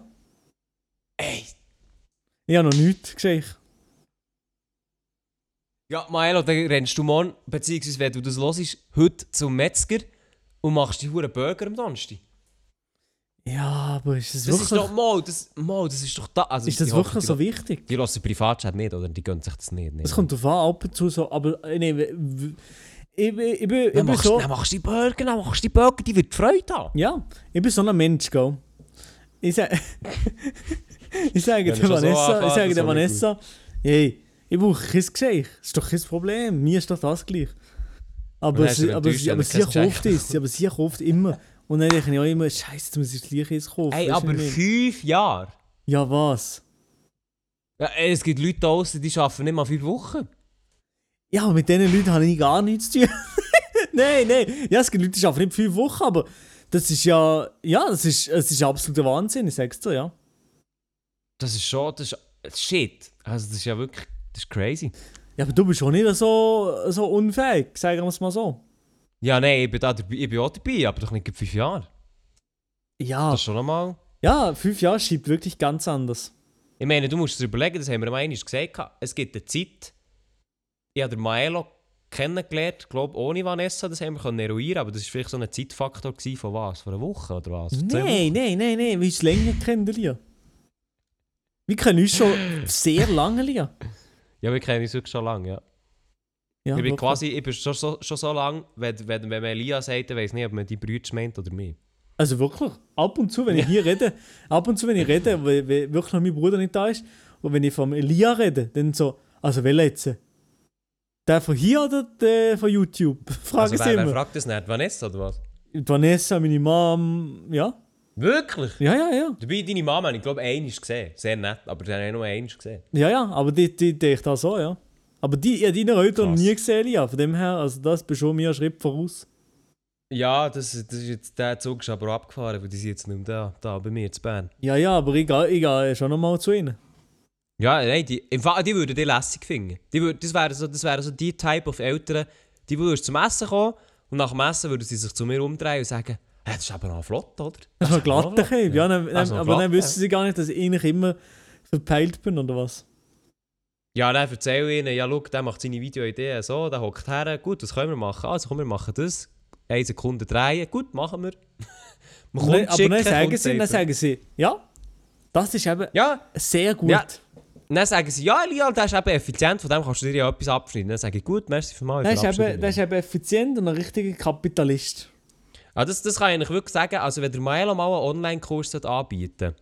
B: Ey!
C: Ich habe noch nichts gesagt.
B: Ja, Maelo, dann rennst du morgen, beziehungsweise wenn du das hörst, heute zum Metzger und machst die Huren Burger am Donnerstag.
C: Ja, aber ist es
B: Das
C: wirklich...
B: ist doch, Mo, das, Mo, das ist doch da. Also,
C: Ist das
B: die hocken-
C: wirklich
B: die
C: so wichtig?
B: Die hören Privatchat nicht, oder? Die gönnen sich das nicht.
C: Es kommt drauf an, ab und zu so, aber äh, nee, w- w- ich, bin- ich, bin- ich
B: dann
C: bin
B: machst,
C: so,
B: dann machst du die Burger, dann machst du die Burger, die wird Freude haben.
C: ja, ich bin so ein Mensch, gell. Ich, sa *laughs* ich sage
B: Wenn du schon
C: der
B: so
C: Vanessa, ich
B: anfährst,
C: sage
B: ist
C: der
B: auch nicht
C: Vanessa, hey, ich brauche kein Geschenk, ist doch kein Problem, mir ist doch das gleich.
B: Und
C: Aber,
B: dann
C: sie,
B: ist er
C: aber,
B: enttäuscht,
C: sie,
B: wenn
C: aber
B: er
C: sie
B: kein Geschenk
C: kauft es, aber sie kauft immer. Und dann denke ich auch immer, scheiße, jetzt muss ich das gleiche jetzt kaufen.
B: Hey,
C: weisst du,
B: aber
C: was ich meine?
B: fünf Jahre?
C: Ja, was?
B: Ja, ey, es gibt Leute da draussen, die arbeiten nicht mal fünf Wochen.
C: Ja, aber mit diesen Leuten habe ich gar nichts zu tun. *laughs* nein, nein. Ja, es gibt Leute, die arbeiten nicht fünf Wochen, aber das ist ja. Ja, das ist, es ist absoluter Wahnsinn, ich sag's dir, ja.
B: Das ist schon, das ist shit. Also das ist ja wirklich, das ist crazy.
C: Ja, aber du bist schon nicht so, so unfähig, sagen wir es mal so.
B: Ja, nein, ich bin, da dabei, ich bin auch dabei, aber doch nicht gerade fünf Jahre.
C: Ja.
B: Das ist schon einmal...
C: Ja, fünf Jahre schiebt wirklich ganz anders.
B: Ich meine, du musst dir überlegen, das haben wir am einmal gesagt, gehabt. es gibt eine Zeit, ich habe den Maelo kennengelernt, glaube ohne Vanessa, das haben wir können eruieren, aber das war vielleicht so ein Zeitfaktor gewesen, von was? Von einer Woche oder was? Von zwei
C: Nein, nein, nein, nein, wir haben länger kennen, Lia. Wir kennen uns
B: *laughs*
C: schon sehr lange, Lia.
B: Ja, wir kennen uns wirklich schon lange, ja.
C: Ja,
B: ich bin
C: wirklich.
B: quasi, ich bin schon so, schon so lange, wenn, wenn, wenn man Elia sagt, dann weiss nicht, ob man die Brüder meint oder mich.
C: Also wirklich, ab und zu, wenn ich hier rede, ab und zu, wenn ich rede, weil, weil wirklich noch mein Bruder nicht da ist, und wenn ich vom Elia rede, dann so, also wer jetzt? Der von hier oder der von YouTube? *laughs* Frage
B: also
C: sie
B: wer, wer
C: immer.
B: fragt das nicht? Vanessa oder was?
C: Die Vanessa, meine Mom, ja.
B: Wirklich?
C: Ja, ja, ja.
B: Dabei, deine Mama habe ich glaube einmal gesehen. Sehr nett, aber dann habe ich nur einmal gesehen.
C: Ja, ja, aber die, die, die ich da so, ja. Aber die, ja, deine Eltern noch
B: Krass.
C: nie gesehen, Elia. Von dem her, also das bist schon mir ein Schritt voraus.
B: Ja, das, das ist jetzt, der Zug ist aber abgefahren, weil die sind jetzt nicht mehr da, da bei mir zu Bern.
C: Ja, ja, aber ich, gehe- ich gehe schon nochmal zu ihnen.
B: Ja, nein, die, im Fall, die würden die lässig finden. Die würd, das wären so, das wären so die Type of Eltern, die würden zum Essen kommen und nach dem Essen würden sie sich zu mir umdrehen und sagen, hey, das ist aber noch flott, oder?
C: Das ist ein
B: aber noch
C: glatter
B: flott,
C: Käse, ja. Also Dann, dann,
B: Das ist noch
C: aber dann
B: glatt,
C: wissen sie gar nicht, dass ich eigentlich immer verpeilt bin, oder was?
B: Ja, dann erzähl ihnen, ja, schau, der macht seine Videoideen so, der hockt her, gut, was können wir machen? Also komm, wir machen das. Eine Sekunde drehen, gut, machen wir. *laughs* Man
C: Nein,
B: kommt
C: aber dann
B: schicken,
C: sagen
B: kommt
C: sie, dann
B: einfach.
C: sagen sie, ja, das ist eben
B: Ja,
C: sehr gut.
B: Ja. dann sagen sie, ja, Elian, der ist eben effizient, von dem kannst du dir ja etwas abschneiden. Dann sage ich, gut, merci für mal.
C: Der, ist eben, der ist eben effizient und ein richtiger Kapitalist.
B: Ah, das, das kann ich eigentlich wirklich sagen. Also, wenn der Maelo mal einen Online-Kurs sollte anbieten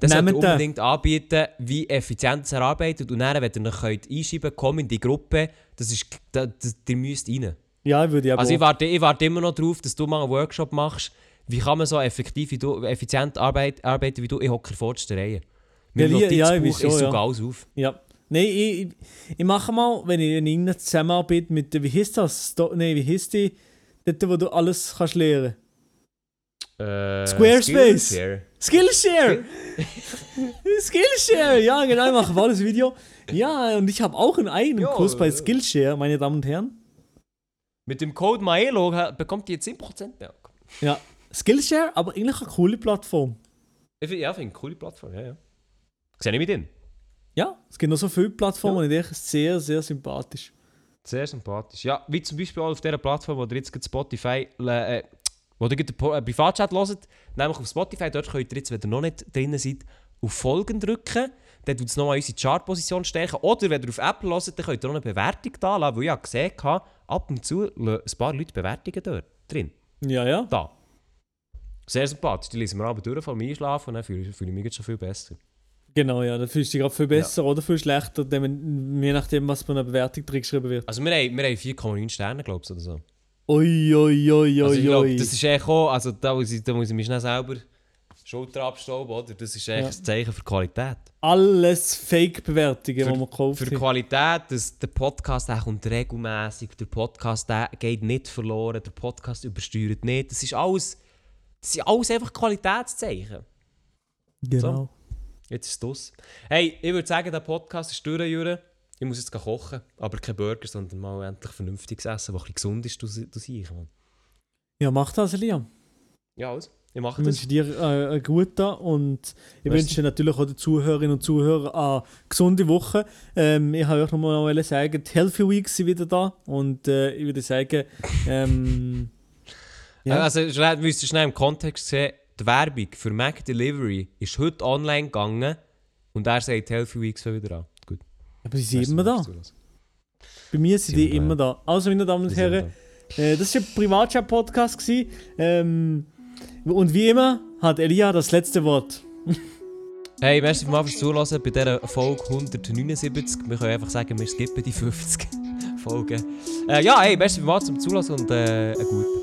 B: dann
C: Nehmt
B: sollte er
C: den.
B: unbedingt anbieten, wie effizient es er arbeitet. Und dann, wenn ihr ihn könnt einschreiben könnt, komm in die Gruppe, das ist, da, das, ihr müsst rein.
C: Ja, würde ich aber
B: Also, ich
C: auch.
B: warte, ich warte immer noch darauf, dass du mal einen Workshop machst. Wie kann man so effektiv wie du, effizient arbeit, arbeiten wie du? Ich hocke vorderste Reihe. Mein
C: Ja, ja, ich
B: Notizbuch,
C: weiß schon,
B: ich
C: ja.
B: sogar alles auf.
C: Ja. Nein, ich, ich, ich mache mal, wenn ich in irgendeiner Zusammenarbeit mit, der- wie heißt das? Sto nein, wie heißt die? Dort, wo du alles kannst lernen.
B: Äh,
C: Squarespace.
B: Skillshare.
C: Skillshare! *laughs* Skillshare! Ja, genau, ich mache ein alles Video. Ja, und ich habe auch in einem
B: Jo,
C: Kurs bei
B: ja.
C: Skillshare, meine Damen und Herren.
B: Mit dem Code Maelo ha- bekommt ihr 10% mehr.
C: Ja, Skillshare, aber eigentlich eine coole Plattform.
B: Ich finde, ja, finde eine coole Plattform, ja, ja. Sehe ich mit drin.
C: Ja, es gibt noch so viele Plattformen, die ich sehr, sehr sympathisch.
B: Sehr sympathisch. Ja, wie zum Beispiel auch auf dieser Plattform, wo ihr jetzt gerade Spotify, äh, äh, wo ihr gerade den Po- äh, Privatchat hört, nämlich auf Spotify, dort könnt ihr jetzt, wenn ihr noch nicht drin seid, auf Folgen drücken. Dort tut es nochmal unsere Chartposition stärken. Oder wenn ihr auf Apple hört, dann könnt ihr noch eine Bewertung da lassen, weil ich ja gesehen habe, ab und zu lassen ein paar Leute Bewertungen dort drin.
C: Ja, ja.
B: Da. Sehr sympathisch. Die lesen wir aber durch, vor mir einschlafen und dann fühle ich, fühle ich mich jetzt schon viel besser.
C: Genau, ja. Dann fühlst du dich gerade viel besser oder viel schlechter, dem- je nachdem, was bei einer Bewertung drin geschrieben wird.
B: Also wir haben, wir haben 4,9 Sterne, glaube ich, oder so.
C: Ui, ui, ui,
B: Also ich
C: ui,
B: glaube,
C: ui.
B: das ist echt auch, also da muss ich, da muss ich mich schnell selber Schulter abstauben, oder? Das ist echt
C: Ja.
B: ein Zeichen für Qualität.
C: Alles Fake-Bewertungen,
B: Für-
C: die man kauft.
B: Für die Qualität, dass der Podcast der kommt regelmäßig, der Podcast der geht nicht verloren, der Podcast übersteuert nicht. Das ist alles, das sind alles einfach Qualitätszeichen.
C: Genau.
B: Jetzt ist das. Hey, ich würde sagen, der Podcast ist durch, Jure. Ich muss jetzt gehen kochen, aber kein Burger, sondern mal endlich vernünftiges Essen, was ein bisschen gesund ist, du, du siehst. Mann.
C: Ja, mach das, Liam.
B: Ja, also, ich mache
C: Ich
B: das.
C: wünsche dir äh, einen guten und ich
B: Merci.
C: wünsche natürlich auch den Zuhörerinnen und Zuhörern eine gesunde Woche. Ähm, ich habe euch nochmal noch wollen sagen, die Healthy Weeks sind wieder da und äh, ich würde sagen, ähm, *laughs* Ja.
B: Äh, Also, schnell- müsst ihr schnell im Kontext sehen, die Werbung für Mac Delivery ist heute online gegangen und er sagt Healthy Weeks wieder an. Gut.
C: aber sie sind
B: Merci,
C: immer da.
B: dass du zuhörst.
C: Bei mir sind
B: Sind
C: die
B: wir da,
C: immer da. Also, meine Damen und
B: Sie sind
C: Herren,
B: da.
C: Äh, das war ein Privatchat-Podcast. gewesen. Ähm, und wie immer hat Elia das letzte Wort.
B: Hey, merci mal fürs Zuhören bei dieser Folge 179. Wir können einfach *laughs* sagen, wir skippen die 50 Folgen. Äh, ja, hey, merci mal zum Zuhören und äh, einen guten.